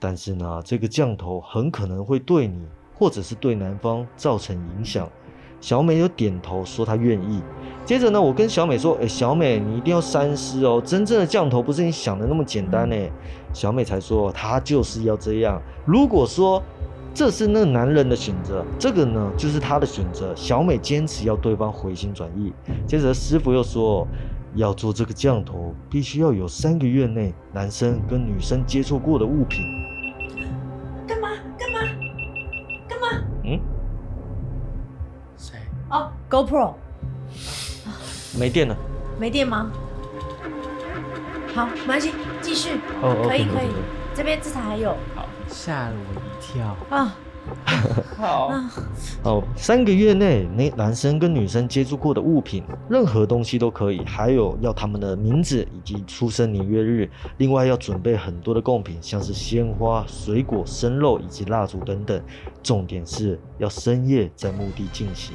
但是呢，这个降头很可能会对你或者是对男方造成影响。小美有点头说她愿意。接着呢，我跟小美说：“哎、小美，你一定要三思哦，真正的降头不是你想的那么简单呢。”小美才说：“她就是要这样。如果说这是那男人的选择，这个呢就是她的选择。”小美坚持要对方回心转意。接着师傅又说：“要做这个降头，必须要有三个月内男生跟女生接触过的物品。”干嘛干嘛干嘛？谁？哦，GoPro 没电了。没电吗？好，没关系，继续，哦可以 OK，OK，OK 可以，这边至少还有吓了我一跳。啊，好，哦，三个月内那男生跟女生接触过的物品，任何东西都可以，还有要他们的名字以及出生年月日。另外要准备很多的贡品，像是鲜花、水果、生肉以及蜡烛等等。重点是要深夜在墓地进行。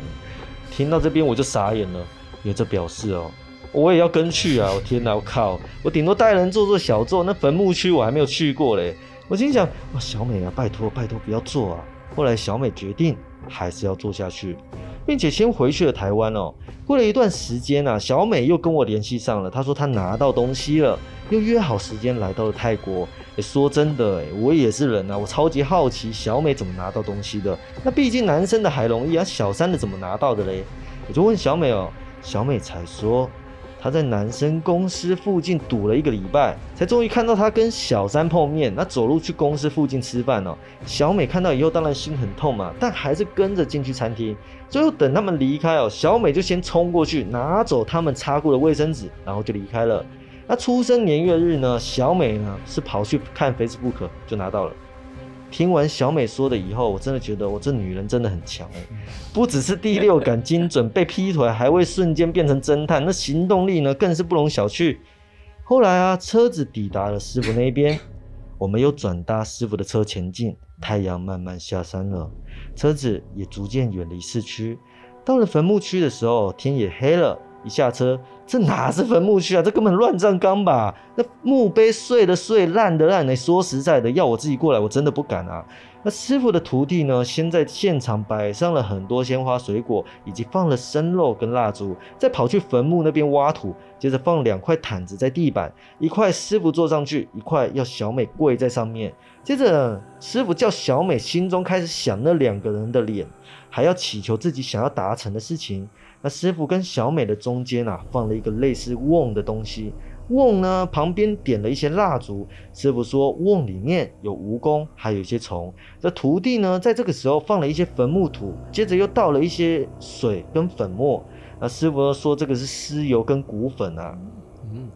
听到这边我就傻眼了，有这表示哦。我也要跟去啊！我天哪，我靠！我顶多带人做做小做，那坟墓区我还没有去过嘞。我心想，哇，小美啊，拜托拜托不要做啊！后来小美决定还是要做下去，并且先回去了台湾哦。过了一段时间啊，小美又跟我联系上了，她说她拿到东西了，又约好时间来到了泰国。诶说真的、诶我也是人啊，我超级好奇小美怎么拿到东西的。那毕竟男生的还容易啊，小三的怎么拿到的嘞？我就问小美哦，小美才说他在男生公司附近堵了一个礼拜，才终于看到他跟小三碰面。那走路去公司附近吃饭哦。小美看到以后当然心很痛嘛，但还是跟着进去餐厅。最后等他们离开哦，小美就先冲过去拿走他们擦过的卫生纸，然后就离开了。那出生年月日呢？小美呢是跑去看 Facebook 就拿到了。听完小美说的以后，我真的觉得我这女人真的很强哎、不只是第六感精准，被劈腿还会瞬间变成侦探，那行动力呢更是不容小觑。后来啊，车子抵达了师傅那边，我们又转搭师傅的车前进，太阳慢慢下山了，车子也逐渐远离市区。到了坟墓区的时候，天也黑了。一下车，这哪是坟墓区啊？这根本乱葬岗吧？那墓碑碎的碎，烂的烂。你哎说实在的，要我自己过来，我真的不敢啊。那师傅的徒弟呢，先在现场摆上了很多鲜花、水果，以及放了生肉跟蜡烛，再跑去坟墓那边挖土，接着放两块毯子在地板，一块师傅坐上去，一块要小美跪在上面。接着师傅叫小美心中开始想那两个人的脸，还要祈求自己想要达成的事情。那师傅跟小美的中间啊，放了一个类似瓮的东西。瓮呢，旁边点了一些蜡烛。师傅说，瓮里面有蜈蚣，还有一些虫。这徒弟呢，在这个时候放了一些坟墓土，接着又倒了一些水跟粉末。那师傅说，这个是尸油跟骨粉啊。嗯，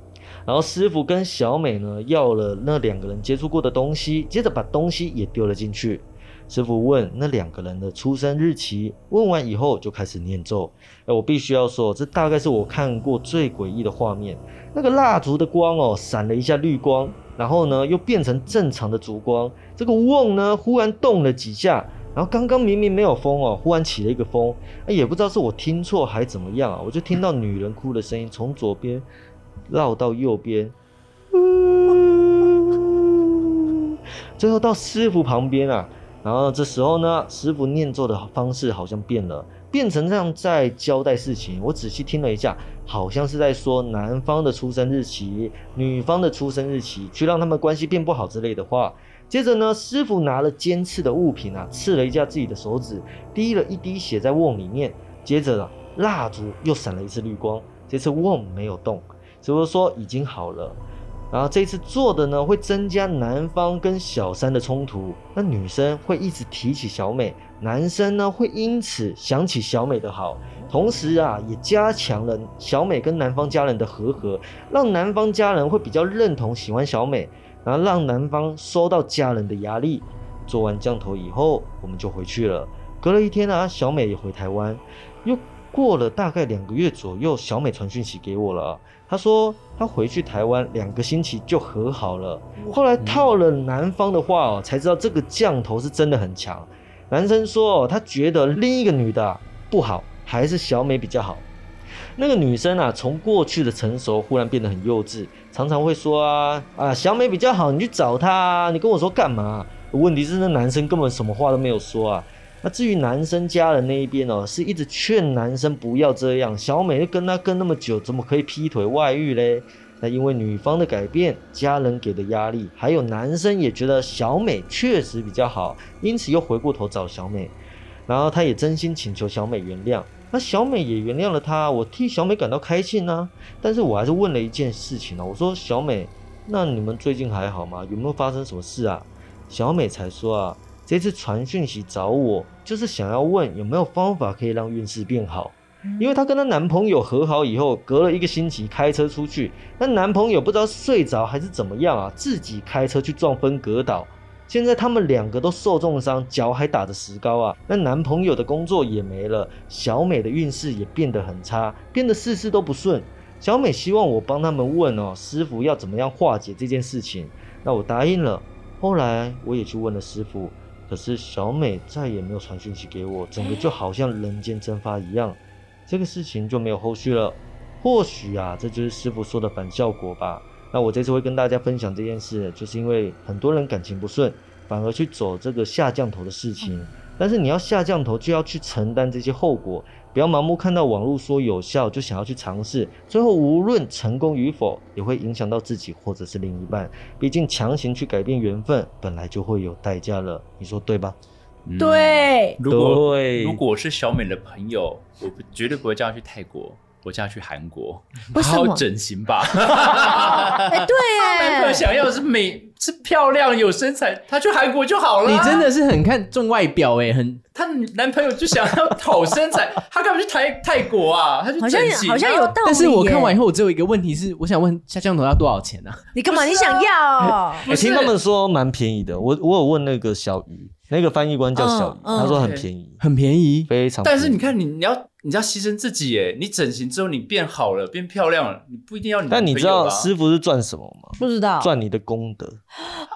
然后师傅跟小美呢，要了那两个人接触过的东西，接着把东西也丢了进去。师傅问那两个人的出生日期，问完以后就开始念咒。哎，我必须要说，这大概是我看过最诡异的画面。那个蜡烛的光哦，闪了一下绿光，然后呢又变成正常的烛光。这个瓮呢忽然动了几下，然后刚刚明明没有风哦，忽然起了一个风。哎，也不知道是我听错还怎么样啊，我就听到女人哭的声音从左边绕到右边，呜最后到师傅旁边啊。然后这时候呢，师傅念咒的方式好像变了，变成这样在交代事情。我仔细听了一下，好像是在说男方的出生日期、女方的出生日期，去让他们关系变不好之类的话。接着呢，师傅拿了尖刺的物品啊，刺了一下自己的手指，滴了一滴血在瓮里面。接着呢，蜡烛又闪了一次绿光，这次瓮没有动，师傅说已经好了。然后这次做的呢，会增加男方跟小三的冲突，那女生会一直提起小美，男生呢会因此想起小美的好，同时啊也加强了小美跟男方家人的和和，让男方家人会比较认同喜欢小美，然后让男方收到家人的压力。做完降头以后，我们就回去了。隔了一天啊，小美也回台湾，又过了大概两个月左右，小美传讯息给我了啊、她说她回去台湾两个星期就和好了。后来套了男方的话哦，才知道这个降头是真的很强。男生说哦，他觉得另一个女的啊不好，还是小美比较好。那个女生啊，从过去的成熟忽然变得很幼稚，常常会说啊啊小美比较好，你去找她啊，你跟我说干嘛？问题是那男生根本什么话都没有说啊。那至于男生家人那一边哦，是一直劝男生不要这样。小美就跟他跟那么久，怎么可以劈腿外遇嘞？那因为女方的改变、家人给的压力，还有男生也觉得小美确实比较好，因此又回过头找小美。然后他也真心请求小美原谅，那小美也原谅了他，我替小美感到开心啊。但是我还是问了一件事情啊呢、我说小美，那你们最近还好吗？有没有发生什么事啊？小美才说啊，这次传讯息找我，就是想要问有没有方法可以让运势变好。因为她跟她男朋友和好以后，隔了一个星期开车出去，那男朋友不知道睡着还是怎么样啊，自己开车去撞分隔岛。现在他们两个都受重伤，脚还打着石膏啊。那男朋友的工作也没了，小美的运势也变得很差，变得事事都不顺。小美希望我帮他们问哦，师傅要怎么样化解这件事情。那我答应了。后来我也去问了师傅，可是小美再也没有传讯息给我，整个就好像人间蒸发一样，这个事情就没有后续了。或许啊，这就是师傅说的反效果吧。那我这次会跟大家分享这件事，就是因为很多人感情不顺，反而去走这个下降头的事情。但是你要下降头，就要去承担这些后果，不要盲目看到网络说有效就想要去尝试，最后无论成功与否，也会影响到自己或者是另一半。毕竟强行去改变缘分，本来就会有代价了，你说对吧？嗯，对，如果对哎如果我是小美的朋友，我不绝对不会叫她去泰国。我嫁去韩国，为什好么好整形 [laughs] 吧。[laughs] 哎，男朋友对耶，想要是美是漂亮有身材，她去韩国就好了。你真，的是很看重外表哎、很她男朋友就想要讨身材， [laughs] 她干嘛去泰泰国啊？她去好像整形啊好像有道理耶。但是我看完以后，我只有一个问题是，我想问下降头要多少钱啊？你干嘛？你想要？我哎听他们说蛮便宜的，我我有问那个小鱼，那个翻译官叫小鱼，嗯嗯他说很 OK 便宜，很便宜，非常便宜。但是你看你，你要你要牺牲自己耶！你整形之后你变好了，变漂亮了，你不一定要你。但你知道师傅是赚什么吗？不知啊道赚你的功德，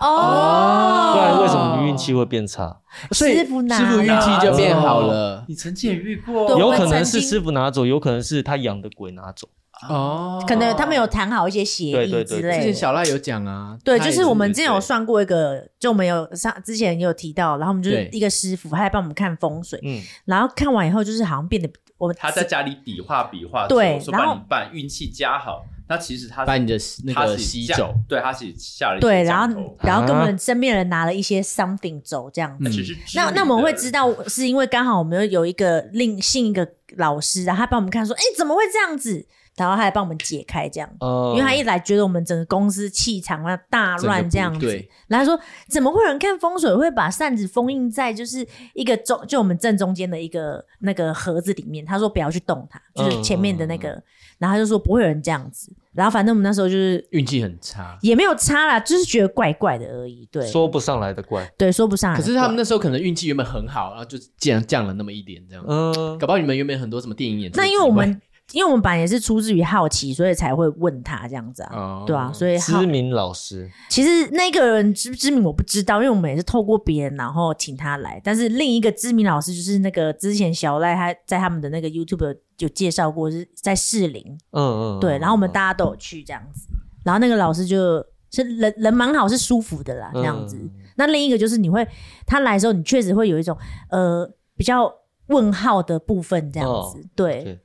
哦哦不然为什么你运气会变差？所以师傅拿师傅运气就变好了你曾经也遇过对有我可能曾是经师傅拿走，有可能是他养的鬼拿走。哦。可能他们有谈好一些协对议对之对之类前的。小赖有讲啊，对，他就也是我们之前有对算过一个，就我们有上之前也有提到，然后我们就是对一个师傅，他来帮我们看风水，嗯，然后看完以后就是好像变得我们他在家里比划比划，对说然后帮你办运气加好。那其实他把你的那他个是吸下走，对，他是下了一些对，然降后头然后跟我啊们身边人拿了一些 something 走这样子。嗯只是知那名那我们的会知道，是因为刚好我们有一个另信一个老师，然后他帮我们看说，哎、怎么会这样子？然后他来帮我们解开这样，呃因为他一来觉得我们整个公司气场啊大乱这样哦整个不子对，然后他说怎么会有人看风水会把扇子封印在就是一个中就我们正中间的一个那个盒子里面？他说不要去动它，就是前面的嗯那个，然后他就说不会有人这样子。然后反正我们那时候就是运气很差。也没有差啦，就是觉得怪怪的而已。对，说不上来的怪。对说不上来可怪。是他们那时候可能运气原本很好，然后就降降了那么一点这样。嗯，搞不好你们原本很多什么电影演出之那外，因为我 [laughs] 们因为我们本来也是出自于好奇，所以才会问他这样子啊，哦对啊，所以好知名老师，其实那个人知不知名我不知道，因为我们也是透过别人然后请他来，但是另一个知名老师就是那个之前小赖他在他们的那个 YouTube 有有介绍过是在士林，嗯哦嗯，嗯对，然后我们嗯大家都有去这样子，然后那个老师就是人人蛮好，是舒服的啦，这样子。嗯那另一个就是你会他来的时候，你确实会有一种呃比较问号的部分这样子，哦对。对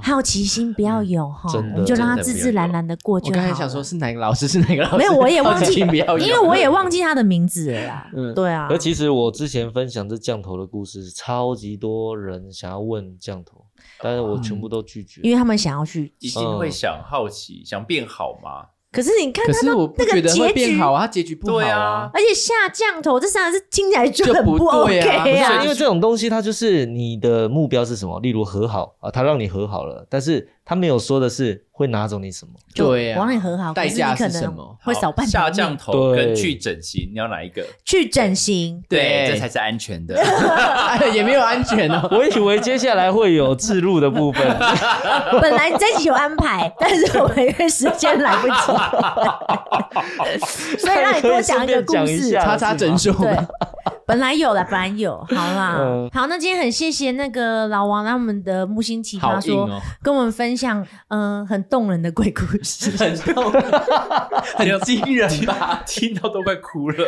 好奇心不要有哈，嗯我真的们就让他自真的自然然的过我就好刚了。才想说是哪个老师是哪个老师，没有我 [laughs] 也忘记好奇心不要有因为我也忘记他的名字了啦。嗯对啊而，其实我之前分享这降头的故事，超级多人想要问降头，但是我全部都拒绝。嗯因为他们想要去，一定会想好奇，想变好吗？可是你看可他是我不的那觉个得会结变局，好啊，他结局不好对啊而且下降头这三个字听起来就就很不对 OK 啊不是啊。因为这种东西，它就是你的目标是什么？例如和好啊，他让你和好了，但是他没有说的是会拿走你 [laughs] 什么。对啊我让你和好，可代是你价可是能什么？会好少半条下命降头对跟去整形，你要哪一个？去整形，对这才是安全的。 [laughs] 也没有安全 [laughs] 哦。我以为接下来会有自入的部 [laughs] 分，本来这一集有安排，但是我们因为时间来不及，所以让你多讲一个故可以顺便讲一事。下叉叉诊所，对，本来有了，本来有，好啦，嗯好，那今天很谢谢那个老王，让我们的木星奇好葩硬说、哦，跟我们分享，嗯、很动人的鬼故事， [laughs] 很痛， [laughs] 很惊人 [laughs] 吧？听到都快哭了。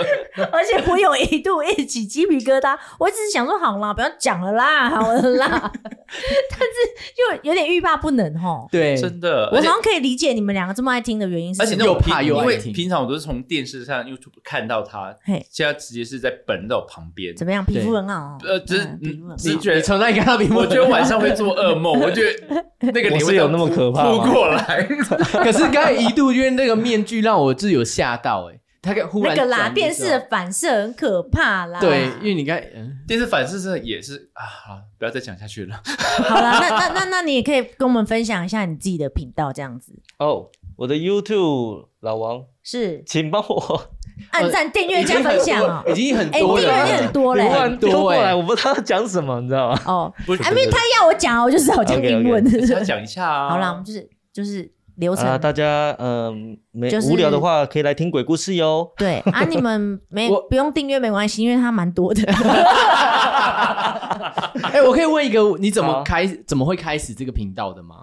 而且我有一度一起鸡皮疙瘩，我只是想说，好啦，不要讲了啦，好了啦，但是又有点欲罢不能哦。对，真的，我而好且像可以理解你们两个这么爱听的原因是而且什那么，种又怕平又爱因为听平常我都是从电视上 YouTube 看到他嘿，现在直接是在本到旁边。怎么样，皮肤对很好哦，呃，只是嗯皮你你肤很好。觉你得，从那里看到屏幕，我觉得晚上会做噩梦，我觉得那个我脸是会有那么可怕扑吗？过 [laughs] 来。可是刚才一度因为那个面具让我自己有吓到哎、欸，他刚忽那然个啦，转的电时视候的反射很可怕啦。 [laughs] 对，因为你刚才嗯电视反射是也是啊，好不要再讲下去 [laughs] 了。好了，那那那那你也可以跟我们分享一下你自己的频道，这样子哦，我的 YouTube 老王， [laughs] 是请帮我按赞、订阅、加分享哦。已经很哎，订多阅人量了很，多 [laughs] 突 [laughs] 嘞。然丢多过欸来，我不知道讲什么，你知道吗？哦，不啊，因为他要我讲，我就只好讲英文。他讲一下啊。 [laughs] 好啦，我们就是就是流程啊，。大家嗯，没就是无聊的话可以来听鬼故事哟。对啊，你们没我不用订阅没关系，因为它蛮 [laughs] 多的。哎、我可以问一个，你怎么好开怎么会开始这个频道的吗？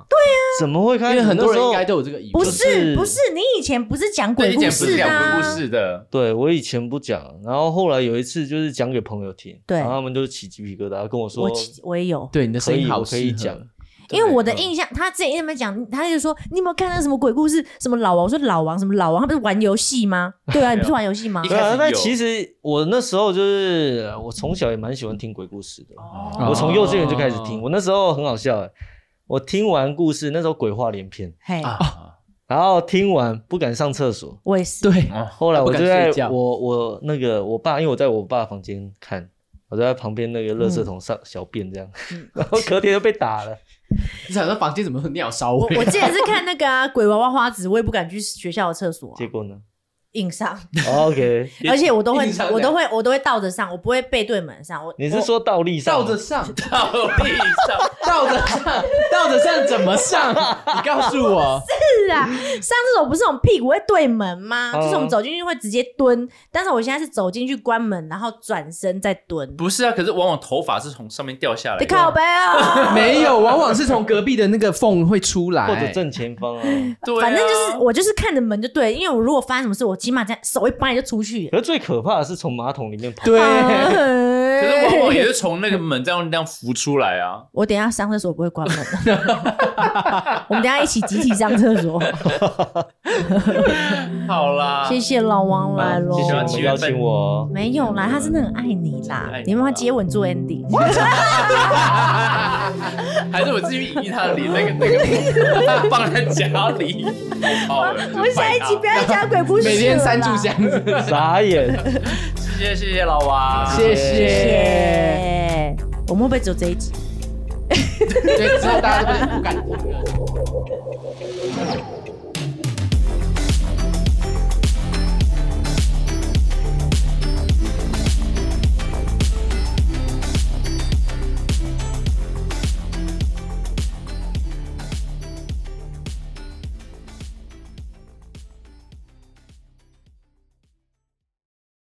怎么会开因始？为很多人那时候应该都有这个疑不问，是就是不是，你以前不是讲对，鬼以故前不是事讲啊？鬼故事的，对我以前不讲，然后后来有一次就是讲给朋友听，对然后他们就起鸡皮疙瘩，跟我说我其我也有，对你的声音可以好我可以适合 [laughs] 讲，因为我的印象，他之前那边讲，他就说你有没有看到什么鬼故事？什么老王？我说老王什么老王？他不是玩游戏吗？对啊，你不是玩游戏吗一？对开始啊，有但其实我那时候就是呃我从小也蛮喜欢听鬼故事的，哦我从幼稚园就开始听，哦我那时候很好笑欸，我听完故事，那时候鬼话连篇，嘿，啊，然后听完不敢上厕所。我也是，对，哦后来啊他不我就敢在睡觉我我那个我爸，因为我在我爸房间看，我就在旁边那个垃圾桶上小便这样，嗯 [laughs] 然后隔天就被打了。你想说房间怎么有尿骚我味？我之前是看那个啊鬼娃娃花子，我也不敢去学校的厕所啊、结 [laughs] 果呢硬上， ？OK，而且我都会硬上这样我都会我都会倒着上，我不会背对门上。我你是说倒立上倒吗？着上，倒地上， [laughs] 倒着上，倒着上怎么上？你告诉我，是啊，上厕所不是我们屁股会对门吗？嗯就是我们走进去会直接蹲，但是我现在是走进去关门，然后转身再蹲，不是啊？可是往往头发是从上面掉下来你的，靠背啊！没有，往往是从隔壁的那个缝会出来，或者正前方啊？ [laughs] 对啊反正就是我就是看着门就对，因为我如果发生什么事，我起码这样手一掰就出去了。可是最可怕的是从马桶里面跑。对，啊可是往往欸也 [laughs] 哎是从那个门这样那样浮出来啊。我等一下上厕所不会关门， [laughs] 我们等一下一起集体上 [laughs] 厕所。好啦，嗯谢谢老王来喽谢，谢啊你们邀请我哦。 [laughs] 没有啦，他真的很爱你啦真的爱你啦，你们要接吻做 ending。 [laughs] 还是我继续以他的脸那个那个放在家里。好， [laughs] 我们下一集不要啊再讲鬼故事啊了啦，每天三炷香，傻眼。谢谢谢谢老王，谢谢谢。谢。我们会不会只有这一集？对，之后大家都不敢听了。